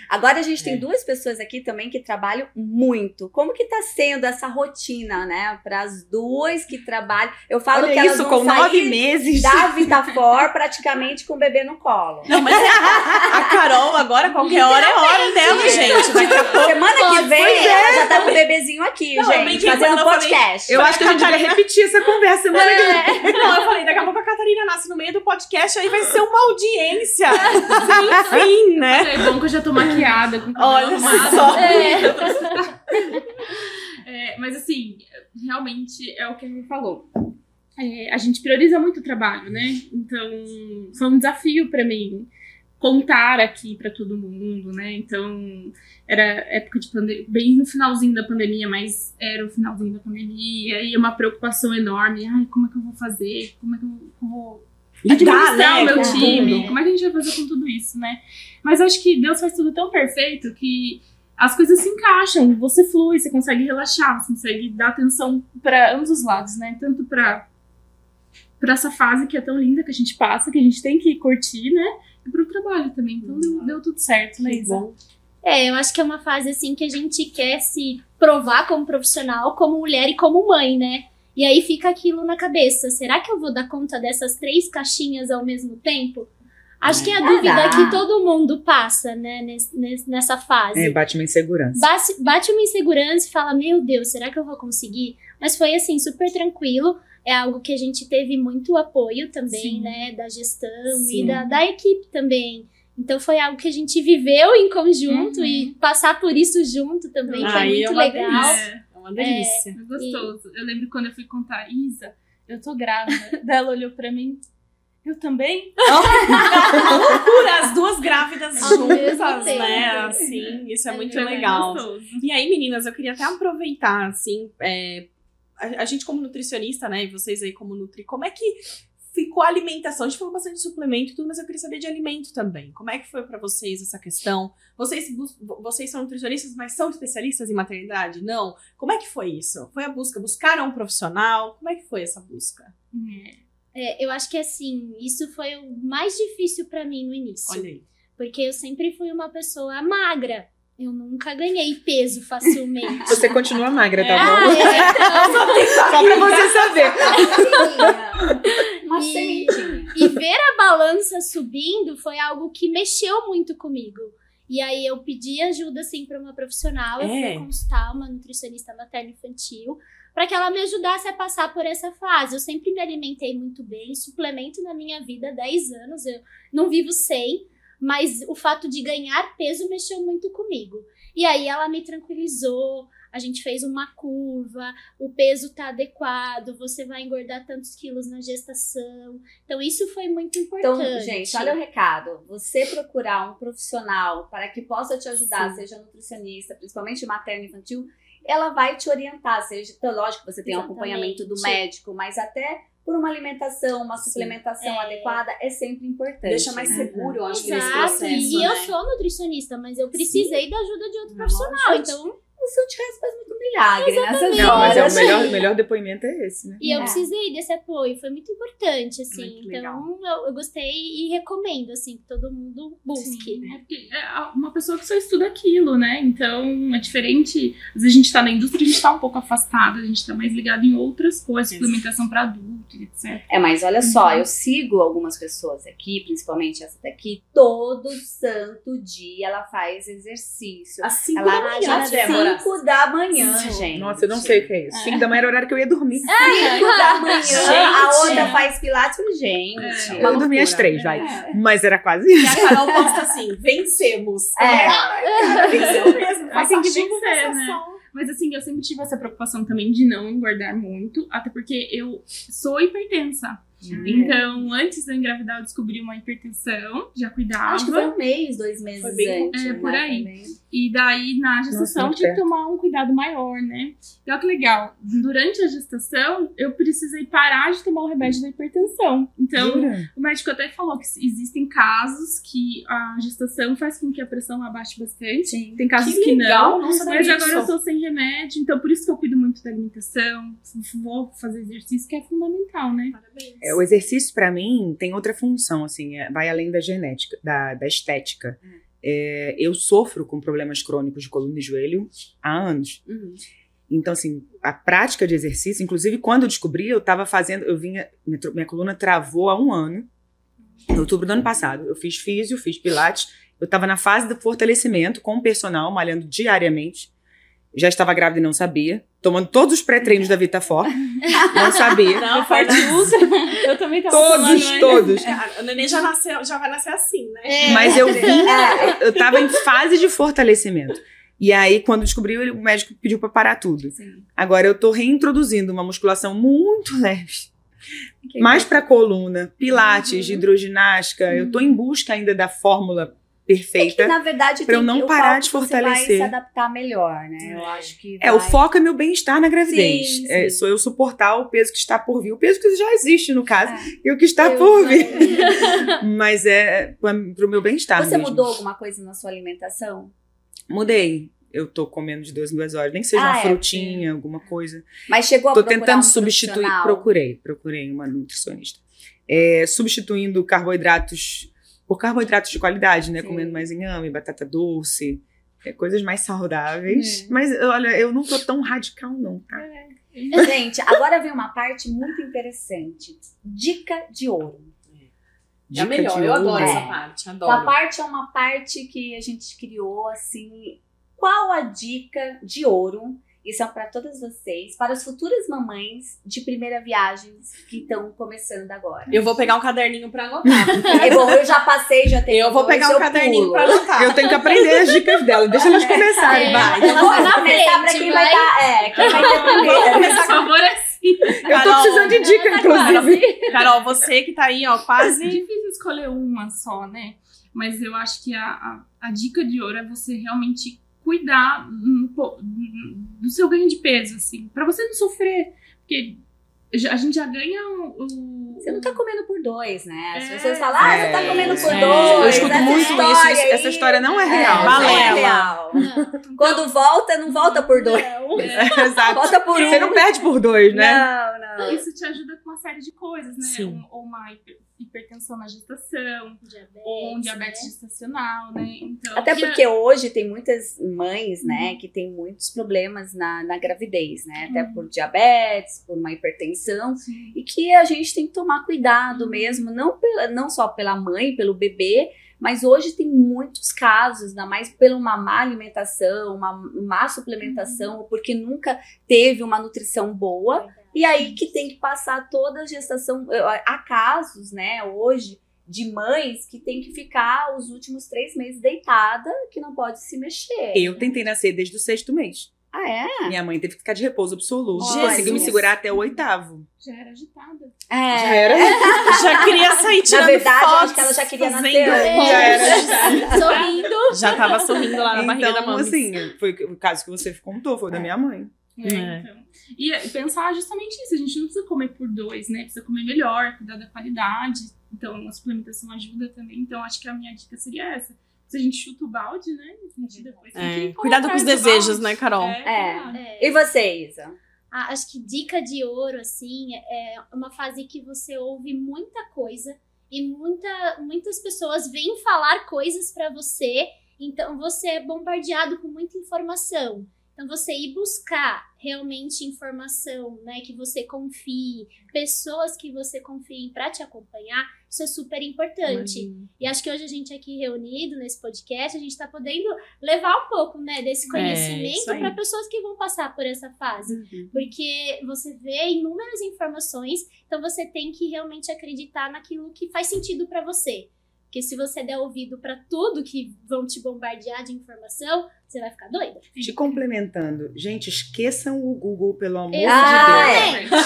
[SPEAKER 1] Agora a gente tem duas pessoas aqui também que trabalham muito. Como que tá sendo essa rotina, né? Para as duas que trabalham. Eu falo que
[SPEAKER 3] Olha
[SPEAKER 1] elas
[SPEAKER 3] isso,
[SPEAKER 1] vão
[SPEAKER 3] com nove
[SPEAKER 1] sair
[SPEAKER 3] meses.
[SPEAKER 1] da Vitafor praticamente com o bebê no colo.
[SPEAKER 2] Não, mas é a Carol agora, qualquer hora é hora dela, gente. Daqui a pouco.
[SPEAKER 1] Semana que vem ela já tá com o bebezinho aqui,
[SPEAKER 2] é. Não, eu
[SPEAKER 1] gente,
[SPEAKER 2] brinquei com
[SPEAKER 1] fazendo
[SPEAKER 2] ela, eu falei,
[SPEAKER 1] podcast. É.
[SPEAKER 3] Eu acho que a gente vai repetir essa conversa semana que vem.
[SPEAKER 2] É. Não, eu falei, daqui a pouco a Catarina nasce no meio do podcast, aí vai ser uma audiência. Enfim, né?
[SPEAKER 5] Mas é bom que eu já tô maquiada, com o cabelo
[SPEAKER 2] Olha
[SPEAKER 5] arrumado.
[SPEAKER 2] só.
[SPEAKER 5] É, mas assim, realmente é o que a gente falou. é, a gente prioriza muito o trabalho, né? Então, foi um desafio para mim contar aqui para todo mundo, né? Então, era época de pandemia, bem no finalzinho da pandemia, mas era o finalzinho da pandemia, e é uma preocupação enorme. Ai, como é que eu vou fazer? Como é que eu vou administrar
[SPEAKER 3] é
[SPEAKER 5] o meu
[SPEAKER 3] né, com
[SPEAKER 5] time?
[SPEAKER 3] tudo.
[SPEAKER 5] Como é que a gente vai fazer com tudo isso, né? Mas eu acho que Deus faz tudo tão perfeito que as coisas se encaixam, você flui, você consegue relaxar, você consegue dar atenção para ambos os lados, né? Tanto para para essa fase que é tão linda que a gente passa, que a gente tem que curtir, né? E pro trabalho também. Então
[SPEAKER 3] Uhum.
[SPEAKER 5] deu, deu tudo certo, Leisa.
[SPEAKER 4] É, eu acho que é uma fase assim que a gente quer se provar como profissional, como mulher e como mãe, né? E aí fica aquilo na cabeça. Será que eu vou dar conta dessas três caixinhas ao mesmo tempo? Acho que é a
[SPEAKER 1] Será?
[SPEAKER 4] dúvida que todo mundo passa, né, nes- nes- nessa fase.
[SPEAKER 3] É, bate uma insegurança.
[SPEAKER 4] Bate, bate uma insegurança e fala: Meu Deus, será que eu vou conseguir? Mas foi assim, super tranquilo. É algo que a gente teve muito apoio também,
[SPEAKER 5] Sim.
[SPEAKER 4] né? Da gestão
[SPEAKER 1] Sim.
[SPEAKER 4] e da, da equipe também. Então foi algo que a gente viveu em conjunto
[SPEAKER 5] Uhum.
[SPEAKER 4] e passar por isso junto também foi
[SPEAKER 2] Aí é
[SPEAKER 4] muito
[SPEAKER 2] uma
[SPEAKER 4] legal.
[SPEAKER 2] delícia. É uma delícia.
[SPEAKER 5] É gostoso. Eu lembro quando eu fui contar, Isa, eu tô grávida. Daí ela olhou pra mim. Eu também?
[SPEAKER 2] Loucura, as duas grávidas
[SPEAKER 4] Ao
[SPEAKER 2] juntas,
[SPEAKER 4] mesmo tempo.
[SPEAKER 2] né? Assim, isso é,
[SPEAKER 4] É
[SPEAKER 2] muito
[SPEAKER 4] bem
[SPEAKER 2] legal.
[SPEAKER 5] Gostoso.
[SPEAKER 2] E aí, meninas, eu queria até aproveitar, assim, é, a, a gente como nutricionista, né, e vocês aí como nutri, como é que ficou a alimentação? A gente falou bastante de suplemento e tudo, mas eu queria saber de alimento também. Como é que foi pra vocês essa questão? Vocês, bus- vo- vocês são nutricionistas, mas são especialistas em maternidade? Não? Como é que foi isso? Foi a busca? Buscaram um profissional? Como é que foi essa busca?
[SPEAKER 5] É.
[SPEAKER 4] É, eu acho que assim, isso foi o mais difícil pra mim no início.
[SPEAKER 2] Olha aí.
[SPEAKER 4] Porque eu sempre fui uma pessoa magra. Eu nunca ganhei peso facilmente.
[SPEAKER 3] Você continua magra, tá
[SPEAKER 4] Ah,
[SPEAKER 3] bom?
[SPEAKER 4] é, então,
[SPEAKER 3] Só pra você saber.
[SPEAKER 1] Uma
[SPEAKER 4] E-
[SPEAKER 1] sementinha.
[SPEAKER 4] E ver a balança subindo foi algo que mexeu muito comigo. E aí eu pedi ajuda assim para uma profissional, eu
[SPEAKER 2] É.
[SPEAKER 4] fui consultar uma nutricionista materno infantil para que ela me ajudasse a passar por essa fase. Eu sempre me alimentei muito bem, suplemento na minha vida há 10 anos, eu não vivo sem, mas o fato de ganhar peso mexeu muito comigo. E aí ela me tranquilizou, a gente fez uma curva, o peso tá adequado, você vai engordar tantos quilos na gestação. Então isso foi muito
[SPEAKER 1] Então,
[SPEAKER 4] importante.
[SPEAKER 1] gente, olha o recado. Você procurar um profissional para que possa te ajudar, seja nutricionista, principalmente materno e infantil, ela vai te orientar. Seja, então, lógico, você tem o
[SPEAKER 4] Exatamente.
[SPEAKER 1] acompanhamento do médico, mas até por uma alimentação, uma suplementação
[SPEAKER 4] É.
[SPEAKER 1] adequada é sempre importante.
[SPEAKER 2] Deixa mais
[SPEAKER 1] né?
[SPEAKER 2] seguro, eu acho, que nesse
[SPEAKER 4] Exato,
[SPEAKER 2] processo,
[SPEAKER 4] e
[SPEAKER 2] né?
[SPEAKER 4] eu sou nutricionista, mas eu precisei da ajuda de outro profissional.
[SPEAKER 1] Lógico.
[SPEAKER 4] Então,
[SPEAKER 1] Isso te faz muito milagre nessas
[SPEAKER 4] Exatamente.
[SPEAKER 3] Não, mas é o
[SPEAKER 1] horas.
[SPEAKER 3] melhor, o melhor depoimento é esse, né?
[SPEAKER 4] e eu
[SPEAKER 1] É.
[SPEAKER 4] precisei desse apoio, foi muito importante, assim.
[SPEAKER 1] Muito
[SPEAKER 4] então, eu, eu gostei e recomendo, assim, que todo mundo busque.
[SPEAKER 5] É porque é uma pessoa que só estuda aquilo, né? Então é diferente. Às vezes a gente tá na indústria, a gente tá um pouco afastada, a gente tá mais ligado em outras coisas,
[SPEAKER 2] Isso.
[SPEAKER 5] suplementação pra adulto, e etc.
[SPEAKER 1] É, mas olha só,
[SPEAKER 4] Uhum.
[SPEAKER 1] eu sigo algumas pessoas aqui, principalmente essa daqui, todo santo dia ela faz exercício.
[SPEAKER 2] Às cinco
[SPEAKER 1] Ela
[SPEAKER 2] da
[SPEAKER 1] acorda
[SPEAKER 2] manhã,
[SPEAKER 1] às
[SPEAKER 2] Débora.
[SPEAKER 1] 5 da manhã, gente.
[SPEAKER 3] Nossa, eu não sei o que é isso. 5 da manhã era o horário que eu ia dormir.
[SPEAKER 1] 5 da manhã, a
[SPEAKER 2] Gente.
[SPEAKER 1] outra faz pilates. Eu falei, Gente,
[SPEAKER 3] eu dormi às
[SPEAKER 1] né?
[SPEAKER 3] 3,
[SPEAKER 5] É.
[SPEAKER 3] vai.
[SPEAKER 1] É.
[SPEAKER 3] Mas era quase
[SPEAKER 2] E
[SPEAKER 3] isso.
[SPEAKER 2] a Carol posta assim, vencemos.
[SPEAKER 1] É.
[SPEAKER 2] Venceu mesmo.
[SPEAKER 5] Mas
[SPEAKER 2] Faz
[SPEAKER 5] tem que
[SPEAKER 2] sentido
[SPEAKER 5] vencer,
[SPEAKER 2] essa
[SPEAKER 5] né?
[SPEAKER 2] ação.
[SPEAKER 5] Mas assim, eu sempre tive essa preocupação também de não engordar muito, até porque eu sou hipertensa.
[SPEAKER 1] É.
[SPEAKER 5] Então, antes de eu engravidar, eu descobri uma hipertensão, já cuidava.
[SPEAKER 1] Acho que foi um mês, dois meses
[SPEAKER 2] Foi bem-
[SPEAKER 1] antes. né,
[SPEAKER 5] é, por aí.
[SPEAKER 1] também.
[SPEAKER 5] E daí, na gestação,
[SPEAKER 3] muito
[SPEAKER 5] tinha que
[SPEAKER 3] perto.
[SPEAKER 5] tomar um cuidado maior, né? E olha que legal, durante a gestação, eu precisei parar de tomar o remédio da hipertensão. Então,
[SPEAKER 3] Jura?
[SPEAKER 5] o médico até falou que existem casos que a gestação faz com que a pressão abaixe bastante. Tem casos que,
[SPEAKER 2] Que
[SPEAKER 5] não.
[SPEAKER 2] legal, não sabia
[SPEAKER 5] Mas agora eu
[SPEAKER 2] disso.
[SPEAKER 5] tô sem remédio, então por isso que eu cuido muito da alimentação, vou fazer exercício, que é fundamental, né?
[SPEAKER 2] Parabéns.
[SPEAKER 3] É, o exercício, pra mim, tem outra função, assim, é- vai além da genética, da, da estética. É, eu sofro com problemas crônicos de coluna e joelho há anos.
[SPEAKER 1] Uhum.
[SPEAKER 3] Então, assim, a prática de exercício, inclusive quando eu descobri, eu tava fazendo, eu vinha, minha, tro- minha coluna travou há um ano, em outubro do ano passado. Eu fiz físio, fiz pilates, eu tava na fase do fortalecimento com o personal, malhando diariamente. Já estava grávida e não sabia, tomando todos os pré-treinos da VitaFor, não sabia.
[SPEAKER 2] Não,
[SPEAKER 5] Forte uso, eu também tava
[SPEAKER 3] Todos, todos.
[SPEAKER 2] É, A neném já, nasceu, já vai nascer assim, né?
[SPEAKER 4] É.
[SPEAKER 3] Mas eu vim, eu tava em fase de fortalecimento. E aí, quando descobriu, ele- o médico pediu pra parar tudo.
[SPEAKER 1] Sim.
[SPEAKER 3] Agora eu tô reintroduzindo uma musculação muito leve. Mais para
[SPEAKER 1] Uhum.
[SPEAKER 3] coluna, pilates, hidroginástica. Eu tô em busca ainda da fórmula
[SPEAKER 1] É que,
[SPEAKER 3] perfeita.
[SPEAKER 1] na verdade,
[SPEAKER 3] pra eu
[SPEAKER 1] tem
[SPEAKER 3] não
[SPEAKER 1] o
[SPEAKER 3] parar
[SPEAKER 1] foco
[SPEAKER 3] de
[SPEAKER 1] que Você vai
[SPEAKER 3] fortalecer.
[SPEAKER 1] se adaptar melhor, né? Eu acho que.
[SPEAKER 3] É, o
[SPEAKER 1] vai-
[SPEAKER 3] foco é meu bem-estar na gravidez.
[SPEAKER 1] Sim,
[SPEAKER 3] É,
[SPEAKER 1] sim.
[SPEAKER 3] sou eu suportar o peso que está por vir, o peso que já existe, no caso,
[SPEAKER 1] É.
[SPEAKER 3] e o que está
[SPEAKER 1] Eu-
[SPEAKER 3] por vir. Mas é pra- pro meu bem-estar.
[SPEAKER 1] Você
[SPEAKER 3] mesmo.
[SPEAKER 1] mudou alguma coisa na sua alimentação?
[SPEAKER 3] Mudei. Eu tô comendo de duas em duas horas, nem que seja
[SPEAKER 1] Ah,
[SPEAKER 3] uma
[SPEAKER 1] é,
[SPEAKER 3] frutinha, alguma coisa.
[SPEAKER 1] Mas chegou a
[SPEAKER 3] Tô
[SPEAKER 1] procurar
[SPEAKER 3] tentando
[SPEAKER 1] um
[SPEAKER 3] substituir.
[SPEAKER 1] profissional?
[SPEAKER 3] Procurei, procurei uma nutricionista. É, substituindo carboidratos por carboidratos de qualidade, né?
[SPEAKER 1] Sim.
[SPEAKER 3] Comendo mais inhame, batata doce, é, coisas mais saudáveis.
[SPEAKER 1] Hum.
[SPEAKER 3] Mas olha, eu não tô tão radical, não, tá?
[SPEAKER 1] Gente, agora vem uma parte muito interessante. Dica de ouro.
[SPEAKER 2] É a melhor, eu adoro
[SPEAKER 1] ouro.
[SPEAKER 2] essa
[SPEAKER 1] É.
[SPEAKER 2] parte,
[SPEAKER 1] Essa
[SPEAKER 2] adoro.
[SPEAKER 1] parte é uma parte que a gente criou assim. Qual a dica de ouro? Isso é para todas vocês, para as futuras mamães de primeira viagem que estão começando agora.
[SPEAKER 2] Eu vou pegar um caderninho pra anotar.
[SPEAKER 1] É bom, eu já passei, já tenho.
[SPEAKER 2] Eu vou
[SPEAKER 1] dois,
[SPEAKER 2] pegar um
[SPEAKER 1] eu
[SPEAKER 2] caderninho
[SPEAKER 1] pulo.
[SPEAKER 2] pra anotar.
[SPEAKER 3] Eu tenho que aprender as dicas dela. Deixa elas começarem,
[SPEAKER 4] É.
[SPEAKER 3] vai.
[SPEAKER 1] Ela vai
[SPEAKER 4] Na
[SPEAKER 1] Então, né? começar pra
[SPEAKER 4] frente,
[SPEAKER 1] quem vai
[SPEAKER 4] vai.
[SPEAKER 1] estar. É, quem vai estar primeiro.
[SPEAKER 5] Por favor, assim.
[SPEAKER 3] Eu tô precisando de dica, inclusive.
[SPEAKER 2] Carol, você que tá aí, ó,
[SPEAKER 5] É
[SPEAKER 2] quase.
[SPEAKER 5] difícil escolher uma só, né? Mas eu acho que a, a, a dica de ouro é você realmente cuidar um po- do seu ganho de peso, assim, pra você não sofrer. Porque já- a gente já ganha o. o-
[SPEAKER 1] Você não tá comendo por dois, né? As
[SPEAKER 5] É.
[SPEAKER 1] pessoas falam, ah, você tá comendo por
[SPEAKER 2] É.
[SPEAKER 1] dois.
[SPEAKER 3] Eu escuto
[SPEAKER 1] essa
[SPEAKER 3] muito
[SPEAKER 1] história
[SPEAKER 3] isso.
[SPEAKER 1] aí.
[SPEAKER 3] Essa história não é
[SPEAKER 1] É,
[SPEAKER 3] real.
[SPEAKER 1] não é
[SPEAKER 2] Balela.
[SPEAKER 1] real.
[SPEAKER 4] Não,
[SPEAKER 1] Quando volta, não volta por dois.
[SPEAKER 3] É. Exato.
[SPEAKER 1] Volta por um.
[SPEAKER 3] Você não perde por dois, né?
[SPEAKER 1] Não, não.
[SPEAKER 5] É, Isso te ajuda com uma série de coisas, né?
[SPEAKER 2] Sim.
[SPEAKER 5] Um- Ou uma hiper- hipertensão na gestação,
[SPEAKER 4] diabetes,
[SPEAKER 5] ou um diabetes
[SPEAKER 4] né?
[SPEAKER 5] gestacional, né? Então,
[SPEAKER 1] Até
[SPEAKER 5] que-
[SPEAKER 1] porque hoje tem muitas mães, né, que tem muitos problemas na, na gravidez, né? Até por diabetes, por uma hipertensão. E que a gente tem que tomar cuidado mesmo, não, pela- não só pela mãe, pelo bebê, mas hoje tem muitos casos, ainda mais pela uma má alimentação, uma má suplementação, porque nunca teve uma nutrição boa. E aí que tem que passar toda a gestação. eu- Há casos, né, hoje, de mães que tem que ficar os últimos três meses deitada, que não pode se mexer.
[SPEAKER 3] Eu tentei nascer desde o sexto mês.
[SPEAKER 1] Ah, é?
[SPEAKER 3] Minha mãe teve que ficar de repouso absoluto.
[SPEAKER 2] Jesus.
[SPEAKER 3] Conseguiu me segurar até o oitavo.
[SPEAKER 5] já era agitada.
[SPEAKER 1] É.
[SPEAKER 3] Já era?
[SPEAKER 2] Já queria sair tirando
[SPEAKER 1] verdade, eu
[SPEAKER 2] fotos,
[SPEAKER 1] acho que ela já queria
[SPEAKER 2] fazendo-
[SPEAKER 1] nascer antes.
[SPEAKER 3] Já era.
[SPEAKER 4] Sorrindo.
[SPEAKER 2] Já tava sorrindo lá na barriga da
[SPEAKER 3] Então,
[SPEAKER 2] mãe.
[SPEAKER 3] assim, foi o caso que você contou, foi o da minha mãe.
[SPEAKER 5] né?
[SPEAKER 2] É.
[SPEAKER 5] Então, e é, pensar justamente isso, a gente não precisa comer por dois, né? Precisa comer melhor, cuidar da qualidade. Então, a suplementação ajuda também. Então, acho que a minha dica seria essa. Se a gente chuta o balde, né? A gente depois tem que
[SPEAKER 2] É.
[SPEAKER 5] correr
[SPEAKER 2] Cuidado com
[SPEAKER 5] atrás
[SPEAKER 2] os
[SPEAKER 5] do
[SPEAKER 2] desejos,
[SPEAKER 5] balde.
[SPEAKER 2] né, Carol?
[SPEAKER 1] É.
[SPEAKER 5] cuidado.
[SPEAKER 4] É.
[SPEAKER 1] E você, Isa?
[SPEAKER 4] Ah, acho que dica de ouro, assim, é uma fase que você ouve muita coisa e muita, muitas pessoas vêm falar coisas pra você, então você é bombardeado com muita informação. Então você ir buscar realmente informação, né, que você confie, pessoas que você confie pra te acompanhar, isso é super importante. E acho que hoje a gente aqui reunido nesse podcast, a gente está podendo levar um pouco, né, desse conhecimento
[SPEAKER 2] É, isso aí. Uhum.
[SPEAKER 4] para pessoas que vão passar por essa fase, porque você vê inúmeras informações, então você tem que realmente acreditar naquilo que faz sentido para você. Porque se você der ouvido para tudo que vão te bombardear de informação, você vai ficar doida.
[SPEAKER 3] Te complementando, gente, esqueçam o Google, pelo amor
[SPEAKER 1] Ah,
[SPEAKER 3] de
[SPEAKER 1] é.
[SPEAKER 3] Deus.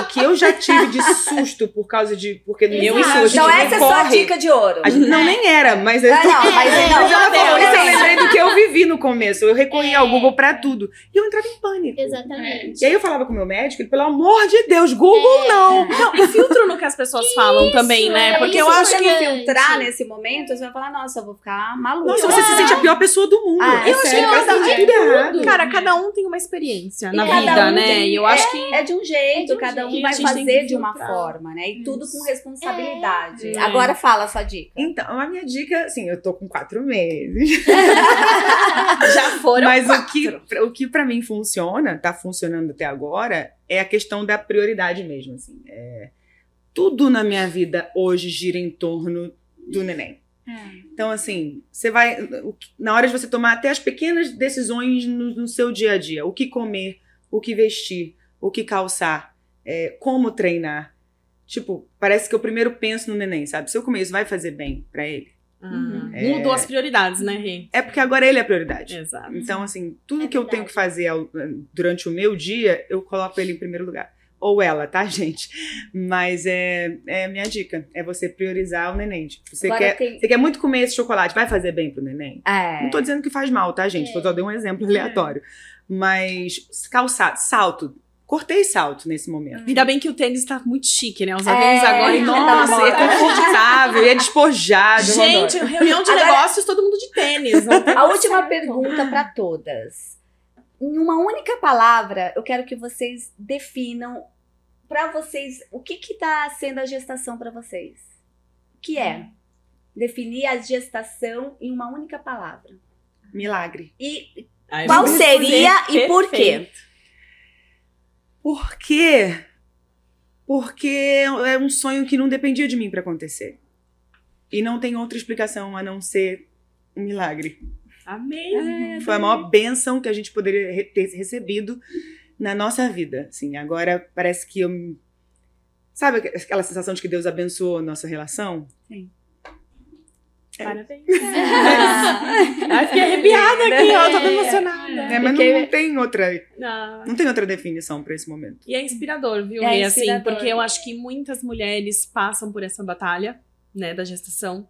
[SPEAKER 3] O que eu já tive de susto por causa de. Porque no
[SPEAKER 4] Exato.
[SPEAKER 3] meu isso, a gente
[SPEAKER 1] Então, essa é só a
[SPEAKER 3] corre.
[SPEAKER 1] dica de ouro.
[SPEAKER 3] A gente não nem era, mas eu
[SPEAKER 1] Ah, não, mas
[SPEAKER 3] mas
[SPEAKER 1] não,
[SPEAKER 3] ela
[SPEAKER 1] eu
[SPEAKER 3] falou isso, eu
[SPEAKER 1] também.
[SPEAKER 3] lembrei do que eu vivi no começo. Eu recorria ao
[SPEAKER 4] É.
[SPEAKER 3] Google pra tudo. E eu entrava em pânico.
[SPEAKER 2] É.
[SPEAKER 5] É
[SPEAKER 4] Exatamente.
[SPEAKER 3] E aí eu falava com o meu médico, ele, pelo amor de Deus,
[SPEAKER 1] É.
[SPEAKER 3] Google não.
[SPEAKER 2] Não, e filtro no que as pessoas falam também, né?
[SPEAKER 4] é
[SPEAKER 2] Porque
[SPEAKER 1] Porque
[SPEAKER 2] eu
[SPEAKER 4] isso
[SPEAKER 2] acho que.
[SPEAKER 4] também.
[SPEAKER 1] se entrar nesse momento, você vai falar, nossa, eu vou ficar maluca.
[SPEAKER 3] Nossa, você se sente a pior pessoa do mundo.
[SPEAKER 1] É. Ah,
[SPEAKER 3] eu
[SPEAKER 1] é
[SPEAKER 3] acho que
[SPEAKER 1] sério,
[SPEAKER 3] ele
[SPEAKER 1] cada um
[SPEAKER 3] tá
[SPEAKER 1] tem
[SPEAKER 3] tudo errado.
[SPEAKER 2] Cara, cada um tem uma experiência na
[SPEAKER 4] E cada
[SPEAKER 2] vida,
[SPEAKER 4] um
[SPEAKER 2] né?
[SPEAKER 4] tem-
[SPEAKER 2] E eu acho que.
[SPEAKER 1] É de um jeito,
[SPEAKER 4] É de um
[SPEAKER 1] cada um
[SPEAKER 2] jeito.
[SPEAKER 1] vai
[SPEAKER 2] A gente tem que
[SPEAKER 1] fazer de uma
[SPEAKER 2] filtrar.
[SPEAKER 1] forma, né? E tudo com responsabilidade.
[SPEAKER 2] É.
[SPEAKER 1] Agora fala a sua dica.
[SPEAKER 3] Então, a minha dica, assim, eu tô com quatro meses.
[SPEAKER 2] Já foram.
[SPEAKER 3] Mas o que, o que para mim funciona, tá funcionando até agora, é a questão da prioridade mesmo. Assim, É, tudo na minha vida hoje gira em torno do neném. Então, assim, você vai. o que- Na hora de você tomar até as pequenas decisões no, no seu dia a dia: o que comer, o que vestir, o que calçar, é, como treinar. Tipo, parece que eu primeiro penso no neném, sabe? Se eu comer isso, vai fazer bem pra ele.
[SPEAKER 2] Ah,
[SPEAKER 3] É.
[SPEAKER 2] Mudou as prioridades, né, Rê?
[SPEAKER 3] É porque agora ele é a prioridade.
[SPEAKER 2] Exato.
[SPEAKER 3] Então, assim, tudo
[SPEAKER 4] É
[SPEAKER 3] que eh, eu tenho
[SPEAKER 4] verdade.
[SPEAKER 3] que fazer ao- durante o meu dia, eu coloco ele em primeiro lugar. ou ela, tá, gente? Mas é, é a minha dica, é você priorizar o neném. Tipo, Você,
[SPEAKER 1] Agora
[SPEAKER 3] quer,
[SPEAKER 1] tem-
[SPEAKER 3] você quer muito comer esse chocolate, vai fazer bem pro neném?
[SPEAKER 1] É.
[SPEAKER 3] Não tô dizendo que faz mal, tá, gente?
[SPEAKER 4] É.
[SPEAKER 3] Eu só dei um exemplo aleatório. Mas calçado, salto. Cortei salto nesse momento.
[SPEAKER 2] Ainda bem que o tênis tá muito chique, né? Os
[SPEAKER 1] É,
[SPEAKER 2] tênis agora, então.
[SPEAKER 1] tá na
[SPEAKER 3] Nossa, é
[SPEAKER 1] moda.
[SPEAKER 3] confortável, e é despojado. eu adoro.
[SPEAKER 2] Gente, reunião de
[SPEAKER 1] Agora-
[SPEAKER 2] negócios, todo mundo de tênis. né? Não tem
[SPEAKER 1] A última
[SPEAKER 5] certo.
[SPEAKER 1] pergunta para todas. Em uma única palavra, eu quero que vocês definam para vocês o que que tá sendo a gestação para vocês. O que é? Definir a gestação em uma única palavra.
[SPEAKER 3] Milagre.
[SPEAKER 1] E
[SPEAKER 2] Ai,
[SPEAKER 1] qual
[SPEAKER 2] mas você
[SPEAKER 1] seria
[SPEAKER 2] é
[SPEAKER 1] e por quê?
[SPEAKER 2] perfeito.
[SPEAKER 3] Por quê? Porque é um sonho que não dependia de mim pra acontecer. E não tem outra explicação a não ser um milagre.
[SPEAKER 2] Amei.
[SPEAKER 3] Foi a maior bênção que a gente poderia re- ter recebido na nossa vida. Assim, agora parece que eu. me- Sabe aqu- aquela sensação de que Deus abençoou a nossa relação?
[SPEAKER 2] Parabéns.
[SPEAKER 1] Ah,
[SPEAKER 2] Ai, fiquei arrepiada aqui, ó. Tô toda
[SPEAKER 5] É.
[SPEAKER 2] emocionada.
[SPEAKER 3] É, mas
[SPEAKER 1] Porque-
[SPEAKER 3] não, não tem outra,
[SPEAKER 2] Não.
[SPEAKER 3] não tem outra definição pra esse momento.
[SPEAKER 2] E é inspirador, viu?
[SPEAKER 1] É
[SPEAKER 2] Rê, assim,
[SPEAKER 1] inspirador.
[SPEAKER 2] porque eu acho que muitas mulheres passam por essa batalha, né, da gestação.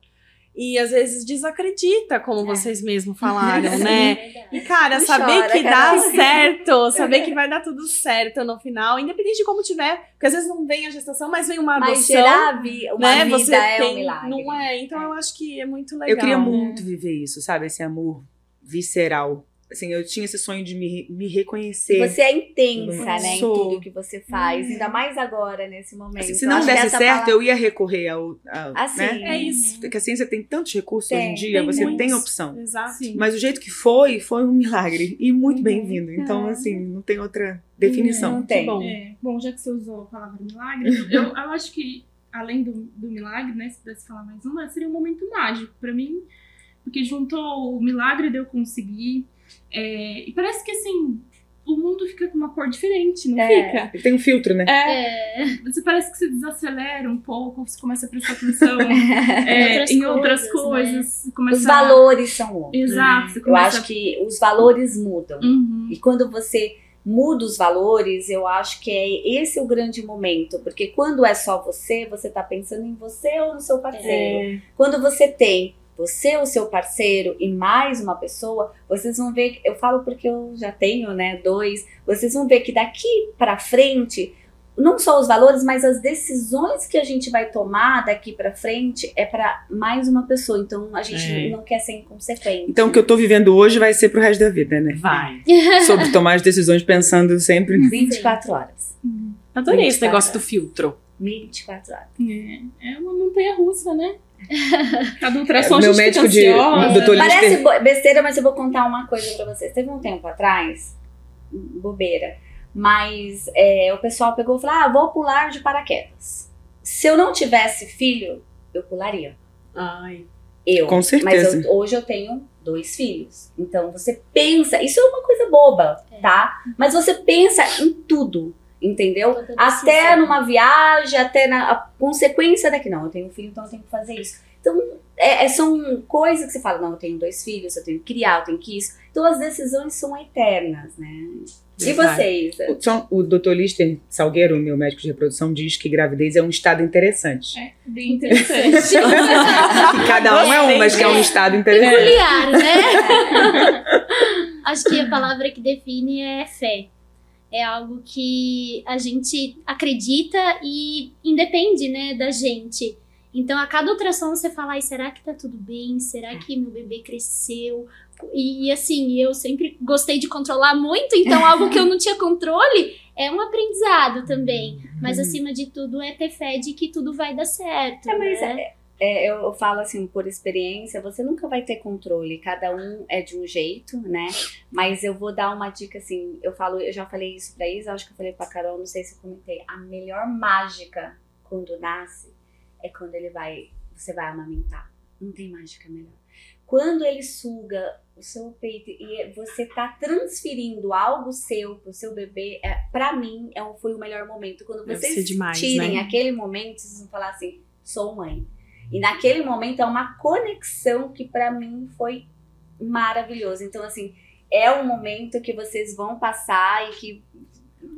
[SPEAKER 2] E às vezes desacredita, como vocês mesmos falaram, né? E, cara,
[SPEAKER 1] É. Não
[SPEAKER 2] saber
[SPEAKER 1] chora, um
[SPEAKER 2] que
[SPEAKER 1] Carol.
[SPEAKER 2] dá certo, saber que vai dar tudo certo no final, independente de como tiver, porque às vezes não vem a gestação, mas vem uma
[SPEAKER 1] mas
[SPEAKER 2] adoção,
[SPEAKER 1] gerar a vi- uma
[SPEAKER 2] né?
[SPEAKER 1] vida
[SPEAKER 2] Você
[SPEAKER 1] é um
[SPEAKER 2] tem,
[SPEAKER 1] milagre.
[SPEAKER 2] não é? Então eu acho que é muito legal.
[SPEAKER 3] Eu queria muito viver isso, sabe? Esse amor visceral. Assim, eu tinha esse sonho de me, re- me reconhecer.
[SPEAKER 1] Você é intensa,
[SPEAKER 3] Nossa.
[SPEAKER 1] né, em tudo que você faz, ainda mais agora nesse momento.
[SPEAKER 3] Assim, Se
[SPEAKER 1] É Eu
[SPEAKER 3] não
[SPEAKER 1] acho que
[SPEAKER 3] desse
[SPEAKER 1] essa
[SPEAKER 3] certo,
[SPEAKER 1] palavra-
[SPEAKER 3] eu ia recorrer ao. ao
[SPEAKER 1] Assim,
[SPEAKER 3] né?
[SPEAKER 2] É isso.
[SPEAKER 3] Porque a ciência tem tantos recursos
[SPEAKER 1] Tem,
[SPEAKER 3] hoje em dia,
[SPEAKER 2] tem
[SPEAKER 3] você
[SPEAKER 2] muitos.
[SPEAKER 3] tem opção.
[SPEAKER 2] Exato.
[SPEAKER 3] Mas o jeito que foi, foi um milagre. E muito bem-vindo. Então, assim, não tem outra definição.
[SPEAKER 1] não tem.
[SPEAKER 2] bom.
[SPEAKER 5] É, bom, já que você usou a palavra milagre, eu, eu acho que, além do, do milagre, né, se pudesse falar mais uma, seria um momento mágico pra mim, porque juntou o milagre de eu conseguir, é, e parece que, assim, o mundo fica com uma cor diferente, não
[SPEAKER 1] É.
[SPEAKER 5] fica?
[SPEAKER 3] Tem um filtro, né?
[SPEAKER 5] É,
[SPEAKER 4] É,
[SPEAKER 5] você parece que se desacelera um pouco, você começa a prestar atenção é,
[SPEAKER 4] Outras
[SPEAKER 5] em outras
[SPEAKER 4] coisas, né?
[SPEAKER 5] coisas, começa
[SPEAKER 1] Os
[SPEAKER 5] a-
[SPEAKER 1] valores são outros.
[SPEAKER 5] Exato, você
[SPEAKER 1] Eu
[SPEAKER 5] começa
[SPEAKER 1] acho que os valores mudam.
[SPEAKER 5] Uhum.
[SPEAKER 1] E quando você muda os valores, eu acho que é esse o grande momento. Porque quando é só você, você tá pensando em você ou no seu parceiro.
[SPEAKER 3] É.
[SPEAKER 1] Quando você tem você, o seu parceiro e mais uma pessoa, vocês vão ver. Eu falo porque eu já tenho, né? Dois. Vocês vão ver que daqui pra frente. Não só os valores, mas as decisões que a gente vai tomar daqui pra frente é pra mais uma pessoa. Então a gente
[SPEAKER 2] É.
[SPEAKER 1] não quer ser inconsequente.
[SPEAKER 3] Então, o que eu tô vivendo hoje vai ser pro resto da vida, né?
[SPEAKER 2] Vai.
[SPEAKER 3] Sobre tomar as decisões pensando sempre.
[SPEAKER 1] Hum. 24 horas.
[SPEAKER 2] Adorei esse
[SPEAKER 1] Muito
[SPEAKER 2] negócio
[SPEAKER 1] cara.
[SPEAKER 2] do filtro.
[SPEAKER 1] 24 horas.
[SPEAKER 5] É, é uma montanha russa, né? Cada um ultrassom a
[SPEAKER 3] Meu
[SPEAKER 5] gente fica
[SPEAKER 3] médico de-
[SPEAKER 5] ansiosa.
[SPEAKER 3] doutor Lister-
[SPEAKER 1] Parece bo- besteira, mas eu vou contar uma coisa pra vocês. Teve um tempo atrás, bobeira, mas é, o pessoal pegou e falou: ah, vou pular de paraquedas. Se eu não tivesse filho, eu pularia.
[SPEAKER 2] Ai.
[SPEAKER 1] Eu.
[SPEAKER 3] Com certeza.
[SPEAKER 1] Mas eu- hoje eu tenho dois filhos. Então você pensa, isso é uma coisa boba, tá? Mas você pensa em tudo, entendeu?
[SPEAKER 4] Toda
[SPEAKER 1] Até
[SPEAKER 4] decisão.
[SPEAKER 1] numa viagem, até na a consequência daqui. Não, eu tenho um filho, então eu tenho que fazer isso. Então, é- é- são coisas que você fala, não, eu tenho dois filhos, eu tenho que criar, eu tenho que isso. Então as decisões são eternas, né? E
[SPEAKER 2] Verdade.
[SPEAKER 1] você, Isa?
[SPEAKER 3] O- Só um, o Dr. Lister Salgueiro, meu médico de reprodução, diz que gravidez é um estado interessante.
[SPEAKER 5] É, bem interessante.
[SPEAKER 3] Que cada um é um, mas que é um estado interessante.
[SPEAKER 1] É.
[SPEAKER 4] peculiar, né? Acho que a palavra que define é fé. É algo que a gente acredita e independe, né, da gente. Então, a cada ultrassom você fala, ai, será que tá tudo bem? Será que meu bebê cresceu? E, e, assim, eu sempre gostei de controlar muito, então algo que eu não tinha controle é um aprendizado também. Mas acima de tudo é ter fé de que tudo vai dar certo.
[SPEAKER 1] Uhum. É, mas
[SPEAKER 4] né?
[SPEAKER 1] É, eu eu falo assim, por experiência, você nunca vai ter controle, cada um é de um jeito, né? Mas eu vou dar uma dica assim, eu falo, eu já falei isso pra Isa, acho que eu falei pra Carol, não sei se eu comentei. A melhor mágica quando nasce é quando ele vai, você vai amamentar. Não tem mágica melhor. Quando ele suga o seu peito e você tá transferindo algo seu pro seu bebê, é, para mim é, um- foi o melhor momento. Quando
[SPEAKER 2] Deve
[SPEAKER 1] vocês
[SPEAKER 2] ser demais,
[SPEAKER 1] tirem
[SPEAKER 2] né?
[SPEAKER 1] aquele momento, vocês vão falar assim, sou mãe. E naquele momento é uma conexão que pra mim foi maravilhosa. Então, assim, é um momento que vocês vão passar e que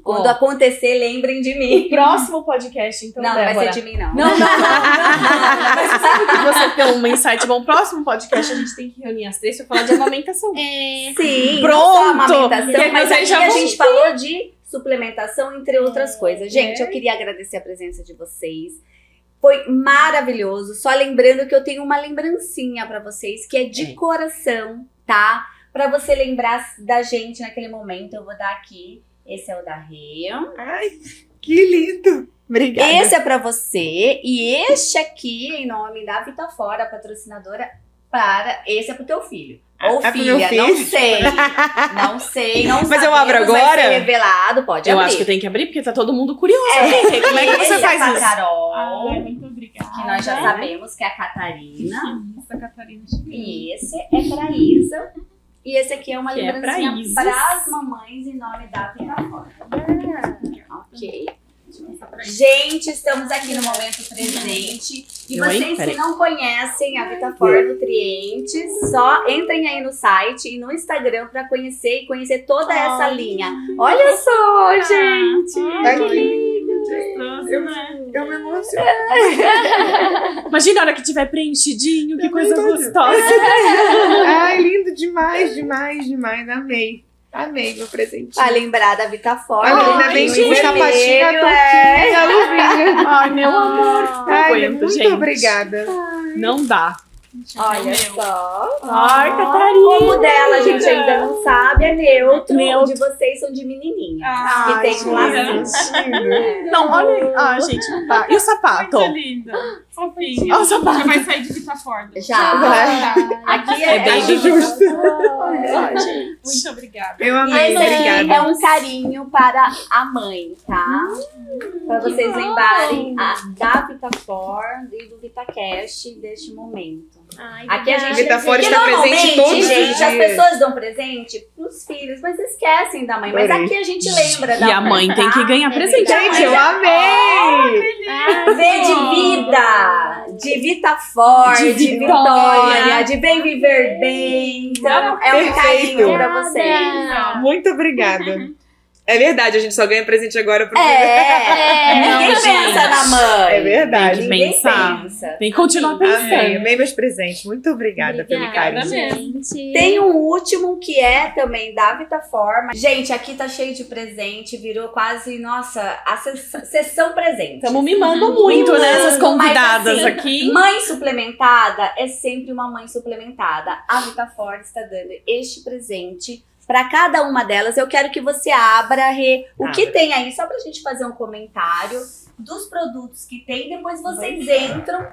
[SPEAKER 1] Quando acontecer, lembrem de mim.
[SPEAKER 2] Próximo podcast, então,
[SPEAKER 1] não, não
[SPEAKER 2] Débora.
[SPEAKER 1] vai ser de mim, não.
[SPEAKER 2] Não, não, não, não. Mas sabe que você tem um insight bom? Próximo podcast a gente tem que reunir as três pra falar de amamentação.
[SPEAKER 4] É,
[SPEAKER 1] Sim,
[SPEAKER 2] Pronto!
[SPEAKER 1] não só amamentação,
[SPEAKER 2] Quer que um
[SPEAKER 1] mas
[SPEAKER 2] vocês
[SPEAKER 1] aqui
[SPEAKER 2] já
[SPEAKER 1] a
[SPEAKER 2] vão
[SPEAKER 1] gente falou de suplementação, entre
[SPEAKER 2] É,
[SPEAKER 1] outras coisas. Gente, eu queria agradecer a presença de vocês. Foi maravilhoso. Só lembrando que eu tenho uma lembrancinha pra vocês, que é de
[SPEAKER 3] É.
[SPEAKER 1] coração, tá? Pra você lembrar da gente naquele momento, eu vou dar aqui. Esse é o da Rian.
[SPEAKER 3] Ai,
[SPEAKER 1] É.
[SPEAKER 3] que lindo. Obrigada.
[SPEAKER 1] Esse é pra você. E este aqui, em nome da Vita Fora, patrocinadora, para. Esse é pro teu filho.
[SPEAKER 3] Ah,
[SPEAKER 1] Ou
[SPEAKER 2] tá
[SPEAKER 3] é pro meu
[SPEAKER 1] filha,
[SPEAKER 3] filho?
[SPEAKER 1] não sei. Não sei, não
[SPEAKER 3] Mas
[SPEAKER 1] sabemos,
[SPEAKER 3] eu abro
[SPEAKER 1] Vai
[SPEAKER 3] agora?
[SPEAKER 1] ser revelado, pode
[SPEAKER 2] Eu
[SPEAKER 1] abrir.
[SPEAKER 2] acho que tem que abrir, porque tá todo mundo curioso.
[SPEAKER 1] É,
[SPEAKER 2] Como é que você
[SPEAKER 1] esse
[SPEAKER 2] faz
[SPEAKER 1] pra
[SPEAKER 2] isso?
[SPEAKER 1] Carol,
[SPEAKER 5] Ai, muito obrigada.
[SPEAKER 1] que nós já sabemos que é a Catarina.
[SPEAKER 5] Nossa, Catarina. Chiquinha.
[SPEAKER 1] E esse é pra Isa. E esse aqui é uma
[SPEAKER 2] Que é pra
[SPEAKER 1] lembrancinha
[SPEAKER 2] Isis.
[SPEAKER 1] para as mamães em nome da Vita Fora. Ok.
[SPEAKER 5] Essa pra
[SPEAKER 1] Gente, estamos aqui no momento presente. E
[SPEAKER 2] Eu, hein?
[SPEAKER 1] vocês que
[SPEAKER 2] Peraí.
[SPEAKER 1] não conhecem a Vitafor Nutrientes, só entrem aí no site e no Instagram para conhecer e conhecer toda essa linha. Olha só, gente!
[SPEAKER 3] Ai,
[SPEAKER 1] que lindo!
[SPEAKER 5] gostoso,
[SPEAKER 3] Eu-
[SPEAKER 5] né?
[SPEAKER 3] Eu me emociono.
[SPEAKER 2] Imagina a hora que tiver preenchidinho, que coisa
[SPEAKER 3] Verdade.
[SPEAKER 2] gostosa.
[SPEAKER 3] Ai, lindo demais, demais, demais. Amei. Amei meu presente.
[SPEAKER 1] Pra lembrar da Vitafor.
[SPEAKER 3] Olha,
[SPEAKER 2] ainda
[SPEAKER 1] o
[SPEAKER 2] bem que tá
[SPEAKER 1] vermelho,
[SPEAKER 2] os
[SPEAKER 3] sapatinhos, a
[SPEAKER 2] né,
[SPEAKER 1] é.
[SPEAKER 3] Minha luvinha.
[SPEAKER 2] Ai, meu amor. Não
[SPEAKER 3] Ai,
[SPEAKER 2] aguento,
[SPEAKER 3] muito
[SPEAKER 2] gente.
[SPEAKER 3] obrigada.
[SPEAKER 2] Não dá.
[SPEAKER 1] Olha
[SPEAKER 5] Meu.
[SPEAKER 1] só.
[SPEAKER 2] Ai,
[SPEAKER 1] Como
[SPEAKER 2] Catarina.
[SPEAKER 1] o dela, a gente ainda não sabe, é neutro.
[SPEAKER 2] Neutro.
[SPEAKER 1] O de vocês são de menininha.
[SPEAKER 5] Ah,
[SPEAKER 1] que tem um lacinho.
[SPEAKER 3] lacinho.
[SPEAKER 2] Não, olha aí. Ah, gente, não dá. E o
[SPEAKER 1] Ah,
[SPEAKER 2] sapato?
[SPEAKER 5] Muito linda. Fofinho.
[SPEAKER 2] Olha o sapato.
[SPEAKER 5] Já vai sair de Vita Ah, tá. Ford.
[SPEAKER 1] Já. Aqui é,
[SPEAKER 2] É bem
[SPEAKER 1] aqui-
[SPEAKER 3] justo.
[SPEAKER 5] Muito obrigada.
[SPEAKER 3] Eu
[SPEAKER 1] E
[SPEAKER 3] amei,
[SPEAKER 1] esse aqui
[SPEAKER 3] obrigada.
[SPEAKER 1] é um carinho para a mãe, tá?
[SPEAKER 2] Hum,
[SPEAKER 1] Pra vocês
[SPEAKER 4] bom.
[SPEAKER 1] lembrarem a, da Vitafor e do VitaCast deste momento.
[SPEAKER 4] Ai,
[SPEAKER 1] Aqui a
[SPEAKER 4] verdade.
[SPEAKER 1] gente- tá
[SPEAKER 3] Vitafora
[SPEAKER 1] Porque
[SPEAKER 3] está presente
[SPEAKER 1] normalmente,
[SPEAKER 3] todos os
[SPEAKER 1] gente, as
[SPEAKER 3] dias.
[SPEAKER 1] pessoas dão presente pros filhos, mas esquecem da mãe. Mas
[SPEAKER 3] Adorei.
[SPEAKER 1] aqui a gente lembra da tá?
[SPEAKER 2] E a mãe tem que ganhar
[SPEAKER 4] É
[SPEAKER 2] presente.
[SPEAKER 4] verdade.
[SPEAKER 3] Gente, eu amei!
[SPEAKER 4] Ai,
[SPEAKER 1] Vê de vida, de Vitafor, de,
[SPEAKER 2] De
[SPEAKER 1] vitória,
[SPEAKER 2] vitória.
[SPEAKER 1] de bem viver bem. Então, é um
[SPEAKER 3] Perfeito.
[SPEAKER 1] carinho pra
[SPEAKER 4] Obrigada.
[SPEAKER 1] vocês.
[SPEAKER 3] Muito obrigada. É verdade, a gente só ganha presente agora pro
[SPEAKER 1] É,
[SPEAKER 4] Não,
[SPEAKER 1] ninguém pensa
[SPEAKER 2] gente.
[SPEAKER 1] na mãe.
[SPEAKER 3] É verdade.
[SPEAKER 2] Tem que
[SPEAKER 1] Ninguém
[SPEAKER 2] pensar.
[SPEAKER 1] pensa.
[SPEAKER 2] Tem que continuar
[SPEAKER 3] Amei,
[SPEAKER 2] pensando.
[SPEAKER 3] amei meus presentes. Muito obrigada, pelo
[SPEAKER 4] Obrigada,
[SPEAKER 3] carinho.
[SPEAKER 4] gente.
[SPEAKER 1] Tem um último que é também da Vitaforma. Gente, aqui tá cheio de presente, virou quase, nossa, a se- sessão presente.
[SPEAKER 2] Estamos mimando muito, né? Essas
[SPEAKER 1] Mimando, mas
[SPEAKER 2] convidadas
[SPEAKER 1] assim,
[SPEAKER 2] aqui.
[SPEAKER 1] Mãe suplementada é sempre uma mãe suplementada. A Vitafor está dando este presente para cada uma delas. Eu quero que você abra, Rê, o que
[SPEAKER 3] Abre.
[SPEAKER 1] tem aí, só pra gente fazer um comentário dos produtos que tem. Depois vocês entram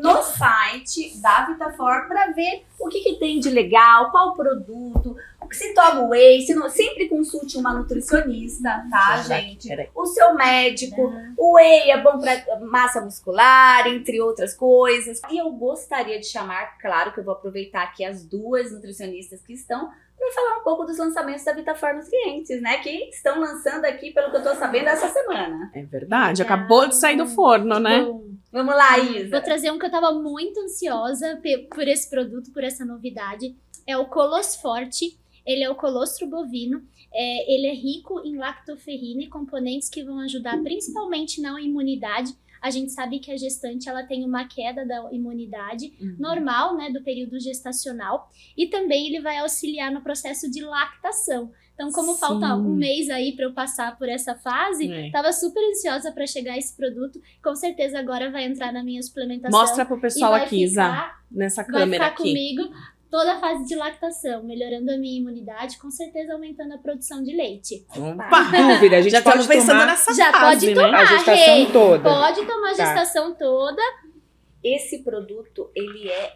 [SPEAKER 1] no site da Vitafor para ver o que, que tem de legal, qual produto, se toma whey, se não, sempre consulte uma nutricionista, tá, gente?
[SPEAKER 3] peraí.
[SPEAKER 1] O seu médico, o whey é bom para massa muscular, entre outras coisas. E eu gostaria de chamar, claro que eu vou aproveitar aqui as duas nutricionistas que estão para falar um pouco dos lançamentos da Vitafor Nutrientes, né? Que estão lançando aqui, pelo que eu tô sabendo, essa semana.
[SPEAKER 2] É verdade, acabou de sair do forno,
[SPEAKER 3] um
[SPEAKER 2] né?
[SPEAKER 4] Bom,
[SPEAKER 1] Vamos lá, Isa.
[SPEAKER 4] Vou trazer um que eu tava muito ansiosa pe- por esse produto, por essa novidade. É o Colosforte. Ele é o colostro bovino. É, ele é rico em lactoferrina e componentes que vão ajudar principalmente na imunidade. A gente sabe que a gestante ela tem uma queda da imunidade normal, né, do período gestacional, e também ele vai auxiliar no processo de lactação. Então, como
[SPEAKER 2] Sim.
[SPEAKER 4] falta um mês aí para eu passar por essa fase,
[SPEAKER 2] É.
[SPEAKER 4] Tava super ansiosa pra chegar esse produto. Com certeza agora vai entrar na minha suplementação.
[SPEAKER 2] Mostra pro
[SPEAKER 4] Tá e
[SPEAKER 2] pessoal
[SPEAKER 4] vai
[SPEAKER 2] aqui, Isa,
[SPEAKER 4] ficar,
[SPEAKER 2] nessa
[SPEAKER 4] Vai
[SPEAKER 2] câmera
[SPEAKER 4] ficar
[SPEAKER 2] aqui.
[SPEAKER 4] comigo toda a fase de lactação, melhorando a minha imunidade, com certeza aumentando a produção de leite.
[SPEAKER 2] Opa!
[SPEAKER 3] Dúvida, a gente
[SPEAKER 2] Já
[SPEAKER 3] pode
[SPEAKER 2] estamos pensando
[SPEAKER 3] tomar
[SPEAKER 2] nessa
[SPEAKER 4] Já
[SPEAKER 2] fase,
[SPEAKER 4] pode
[SPEAKER 2] né?
[SPEAKER 4] tomar,
[SPEAKER 3] a gestação
[SPEAKER 4] Rê.
[SPEAKER 3] toda.
[SPEAKER 4] Pode tomar a
[SPEAKER 3] Tá.
[SPEAKER 4] gestação toda.
[SPEAKER 1] Esse produto, ele é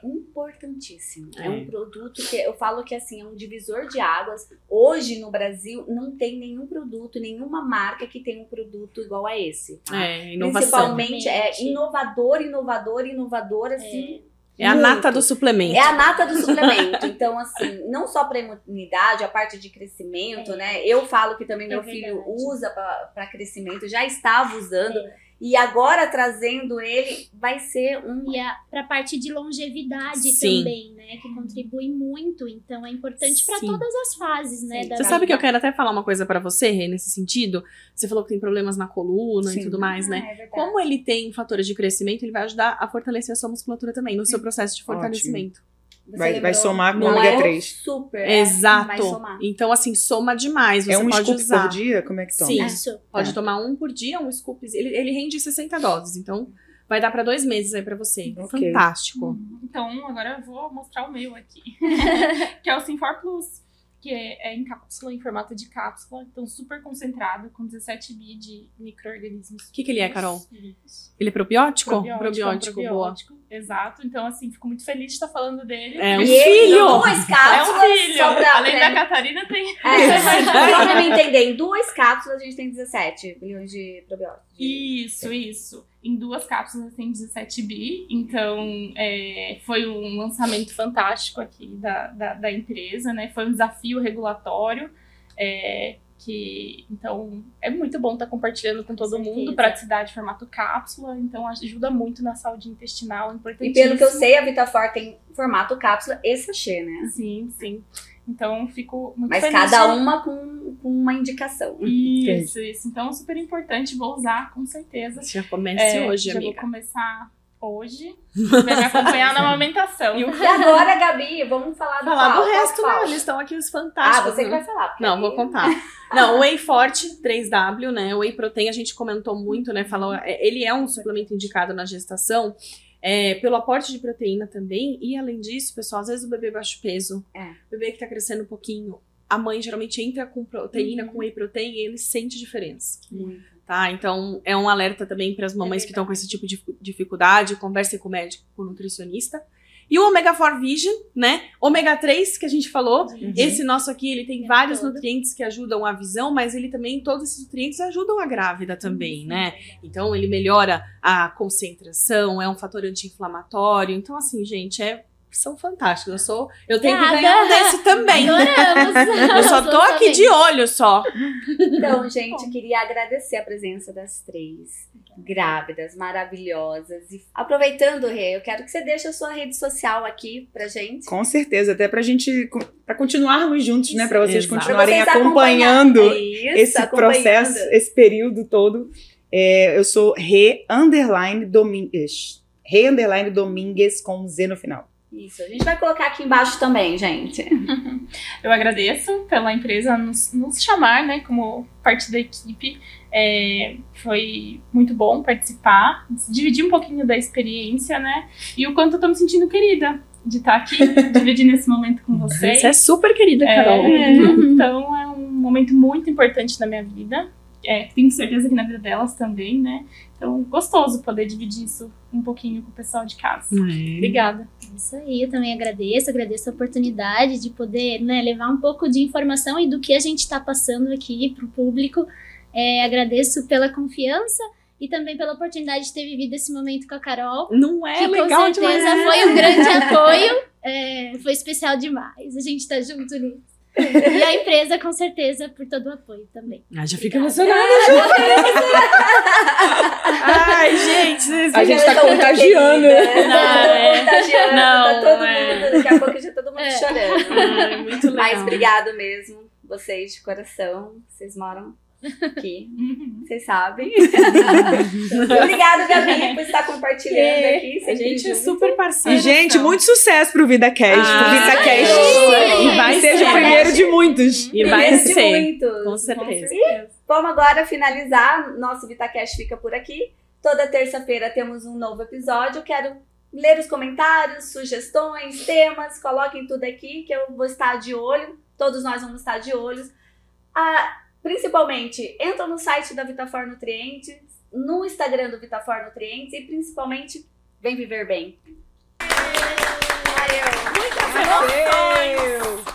[SPEAKER 1] importantíssimo. É.
[SPEAKER 2] É.
[SPEAKER 1] um produto que eu falo que assim, é um divisor de águas. Hoje no Brasil não tem nenhum produto, nenhuma marca que tenha um produto igual a esse. tá?
[SPEAKER 2] É, inovação.
[SPEAKER 1] Principalmente é inovador, inovador, inovador, assim.
[SPEAKER 2] É a
[SPEAKER 1] muito.
[SPEAKER 2] nata do suplemento.
[SPEAKER 1] É a nata do suplemento. Então, assim, não só para imunidade, a parte de crescimento,
[SPEAKER 4] É.
[SPEAKER 1] né? Eu falo que também
[SPEAKER 4] É
[SPEAKER 1] meu
[SPEAKER 4] verdade.
[SPEAKER 1] filho usa para crescimento, já estava usando. E agora trazendo ele vai ser um.
[SPEAKER 4] E a, pra parte de longevidade
[SPEAKER 2] Sim.
[SPEAKER 4] também, né? Que contribui muito. Então é importante para
[SPEAKER 2] Sim.
[SPEAKER 4] todas as fases, né?
[SPEAKER 1] Sim.
[SPEAKER 4] da
[SPEAKER 2] Você sabe que
[SPEAKER 4] vida.
[SPEAKER 2] eu quero até falar uma coisa pra você, Rê, nesse sentido? Você falou que tem problemas na coluna
[SPEAKER 3] Sim.
[SPEAKER 2] e tudo mais, né?
[SPEAKER 1] Ah, é verdade.
[SPEAKER 2] Como ele tem fatores de crescimento, ele vai ajudar a fortalecer a sua musculatura também, no seu processo de fortalecimento.
[SPEAKER 1] Você
[SPEAKER 3] Vai, vai
[SPEAKER 1] lembrou?
[SPEAKER 3] somar com
[SPEAKER 2] Não
[SPEAKER 3] ômega
[SPEAKER 2] é?
[SPEAKER 3] 3.
[SPEAKER 1] Super. é, Vai
[SPEAKER 2] Exato.
[SPEAKER 1] somar.
[SPEAKER 2] Então, assim, soma demais. Você
[SPEAKER 3] É um
[SPEAKER 2] pode
[SPEAKER 3] scoop
[SPEAKER 2] usar.
[SPEAKER 3] por dia? Como é que toma?
[SPEAKER 2] Sim.
[SPEAKER 4] Isso.
[SPEAKER 2] Pode
[SPEAKER 3] É.
[SPEAKER 2] tomar um por dia, um scoop. Ele, ele rende 60 doses, então vai dar pra dois meses aí pra você.
[SPEAKER 3] Ok.
[SPEAKER 2] Fantástico.
[SPEAKER 5] Então, agora eu vou mostrar o meu aqui, que é o Sinfor Plus, que é, é em cápsula, em formato de cápsula, então super concentrado, com 17 bi de micro-organismos.
[SPEAKER 2] O que que ele é, Carol?
[SPEAKER 5] vivos.
[SPEAKER 2] Ele é probiótico?
[SPEAKER 5] Probiótico,
[SPEAKER 2] Probiótico,
[SPEAKER 5] é um
[SPEAKER 2] boa.
[SPEAKER 5] probiótico, Exato, então assim, fico muito feliz de estar falando dele.
[SPEAKER 2] É um
[SPEAKER 1] E ele,
[SPEAKER 2] filho!
[SPEAKER 1] Duas
[SPEAKER 5] É
[SPEAKER 1] cápsulas.
[SPEAKER 5] um filho!
[SPEAKER 1] Só pra,
[SPEAKER 5] Além
[SPEAKER 1] pra-
[SPEAKER 5] da Catarina, tem...
[SPEAKER 1] É, só pra me entender, em duas cápsulas a gente tem 17 milhões de probióticos.
[SPEAKER 5] Isso, isso. Em duas cápsulas tem 17 bi, então é, foi um lançamento fantástico aqui da, da, da empresa, né? Foi um desafio regulatório, é, que então é muito bom estar compartilhando com todo
[SPEAKER 1] Com certeza.
[SPEAKER 5] mundo, praticidade, formato cápsula, então ajuda muito na saúde intestinal, é
[SPEAKER 1] E
[SPEAKER 5] importantíssimo.
[SPEAKER 1] pelo que eu sei, a Vitafor tem formato cápsula e sachê, né?
[SPEAKER 5] Sim, sim. Então fico muito
[SPEAKER 1] Mas
[SPEAKER 5] feliz
[SPEAKER 1] cada um
[SPEAKER 5] de-
[SPEAKER 1] uma com, com uma indicação.
[SPEAKER 2] é
[SPEAKER 5] Isso, isso. Então super importante, vou usar com certeza.
[SPEAKER 2] Já comece
[SPEAKER 5] É,
[SPEAKER 2] hoje,
[SPEAKER 5] já
[SPEAKER 2] amiga.
[SPEAKER 5] vou começar hoje. Vai me acompanhar na amamentação.
[SPEAKER 2] E o
[SPEAKER 1] E agora, Gabi, vamos falar do
[SPEAKER 2] falar
[SPEAKER 1] qual?
[SPEAKER 2] do
[SPEAKER 1] Qual
[SPEAKER 2] resto,
[SPEAKER 1] qual?
[SPEAKER 2] não. Eles estão aqui os
[SPEAKER 1] Ah,
[SPEAKER 2] fantásticos.
[SPEAKER 1] você que
[SPEAKER 2] né?
[SPEAKER 1] vai falar. porque
[SPEAKER 2] Não, vou
[SPEAKER 1] aí-
[SPEAKER 2] contar. Não, o Whey Forte 3W, né? O Whey Protein a gente comentou muito, né? Falou, é, ele é um suplemento indicado na gestação. é, pelo aporte de proteína também, e além disso, pessoal, às vezes o bebê baixo peso,
[SPEAKER 1] É.
[SPEAKER 2] o bebê que tá crescendo um pouquinho, a mãe geralmente entra com proteína, com whey protein, e ele sente diferença,
[SPEAKER 1] Muito.
[SPEAKER 2] tá? Então, é um alerta também para as mamães que estão com esse tipo de dificu- dificuldade, conversem com o médico, com o nutricionista. E o ômega 4 Vision, né? Ômega 3 que a gente falou, esse nosso aqui, ele tem
[SPEAKER 4] Uhum. É
[SPEAKER 2] vários
[SPEAKER 4] todo.
[SPEAKER 2] nutrientes que ajudam a visão, mas ele também, todos esses nutrientes ajudam a grávida
[SPEAKER 4] Uhum.
[SPEAKER 2] também, né? Então, ele melhora a concentração, é um fator anti-inflamatório. Então, assim, gente, é, são fantásticos. Eu sou, eu tenho que
[SPEAKER 4] Obrigada. é
[SPEAKER 2] ganhar um desse também.
[SPEAKER 4] Adoramos.
[SPEAKER 2] Eu só tô aqui de olho só.
[SPEAKER 1] Então, gente, queria agradecer a presença das três grávidas maravilhosas. E aproveitando, Rê, eu quero que você deixe a sua rede social aqui pra gente.
[SPEAKER 3] Com certeza, até pra gente pra continuarmos juntos, né? Pra vocês
[SPEAKER 2] Exato.
[SPEAKER 3] continuarem
[SPEAKER 1] Pra vocês É
[SPEAKER 3] acompanhando
[SPEAKER 1] Isso,
[SPEAKER 3] esse
[SPEAKER 1] acompanhando.
[SPEAKER 3] processo, esse período todo. É, eu sou Re Underline Domingues. Re Underline Domingues com Z no final.
[SPEAKER 1] Isso, a gente vai colocar aqui embaixo também, gente.
[SPEAKER 5] Eu agradeço pela empresa nos, nos chamar, né, como parte da equipe. É, foi muito bom participar, dividir um pouquinho da experiência, né, e o quanto eu tô me sentindo querida de estar aqui, dividindo esse momento com vocês.
[SPEAKER 2] Você é super querida, Carol.
[SPEAKER 5] É, então é um momento muito importante na minha vida. É, tenho certeza que na vida delas também, né? Então, gostoso poder dividir isso um pouquinho com o pessoal de casa.
[SPEAKER 2] É.
[SPEAKER 5] Obrigada.
[SPEAKER 4] Isso aí, eu também agradeço, agradeço a oportunidade de poder né, levar um pouco de informação e do que a gente está passando aqui para o público. É, agradeço pela confiança e também pela oportunidade de ter vivido esse momento com a Carol,
[SPEAKER 2] Não é
[SPEAKER 4] que
[SPEAKER 2] legal
[SPEAKER 4] com certeza
[SPEAKER 2] demais.
[SPEAKER 4] foi um grande apoio, é, foi especial demais, a gente está junto nisso. E a empresa, com certeza, por todo o apoio também.
[SPEAKER 2] Ah, já fica emocionada. Ai, gente, vocês
[SPEAKER 3] A gente tá
[SPEAKER 1] Elas são muito
[SPEAKER 3] contagiando, né?
[SPEAKER 1] queridas, Tá
[SPEAKER 2] Não, é.
[SPEAKER 1] Contagiando,
[SPEAKER 2] Não,
[SPEAKER 1] tá todo
[SPEAKER 2] é.
[SPEAKER 1] mundo, daqui a pouco já tá todo mundo
[SPEAKER 4] É.
[SPEAKER 1] chorando.
[SPEAKER 2] Ai, muito legal.
[SPEAKER 1] Mas obrigado mesmo, vocês de coração, vocês moram aqui,
[SPEAKER 2] Uhum.
[SPEAKER 1] vocês sabem. Obrigada, Gabi, por estar compartilhando
[SPEAKER 2] É,
[SPEAKER 1] aqui.
[SPEAKER 2] A
[SPEAKER 1] sempre
[SPEAKER 2] gente é
[SPEAKER 1] junto.
[SPEAKER 2] super parceira.
[SPEAKER 3] E, gente,
[SPEAKER 2] são.
[SPEAKER 3] muito sucesso pro VidaCast.
[SPEAKER 2] Ah,
[SPEAKER 3] pro VidaCast.
[SPEAKER 4] sim.
[SPEAKER 3] E vai
[SPEAKER 2] Sim.
[SPEAKER 3] seja o primeiro de muitos.
[SPEAKER 2] E vai
[SPEAKER 1] Primeiro de
[SPEAKER 2] ser.
[SPEAKER 1] muitos.
[SPEAKER 2] Com certeza.
[SPEAKER 1] Vamos agora finalizar. Nosso VitaCast fica por aqui. Toda terça-feira temos um novo episódio. Quero ler os comentários, sugestões, temas. Coloquem tudo aqui que eu vou estar de olho. Todos nós vamos estar de olhos. Ah, principalmente, entra no site da Vitafor Nutrientes, no Instagram do Vitafor Nutrientes e principalmente, vem viver bem. Valeu!
[SPEAKER 3] Valeu.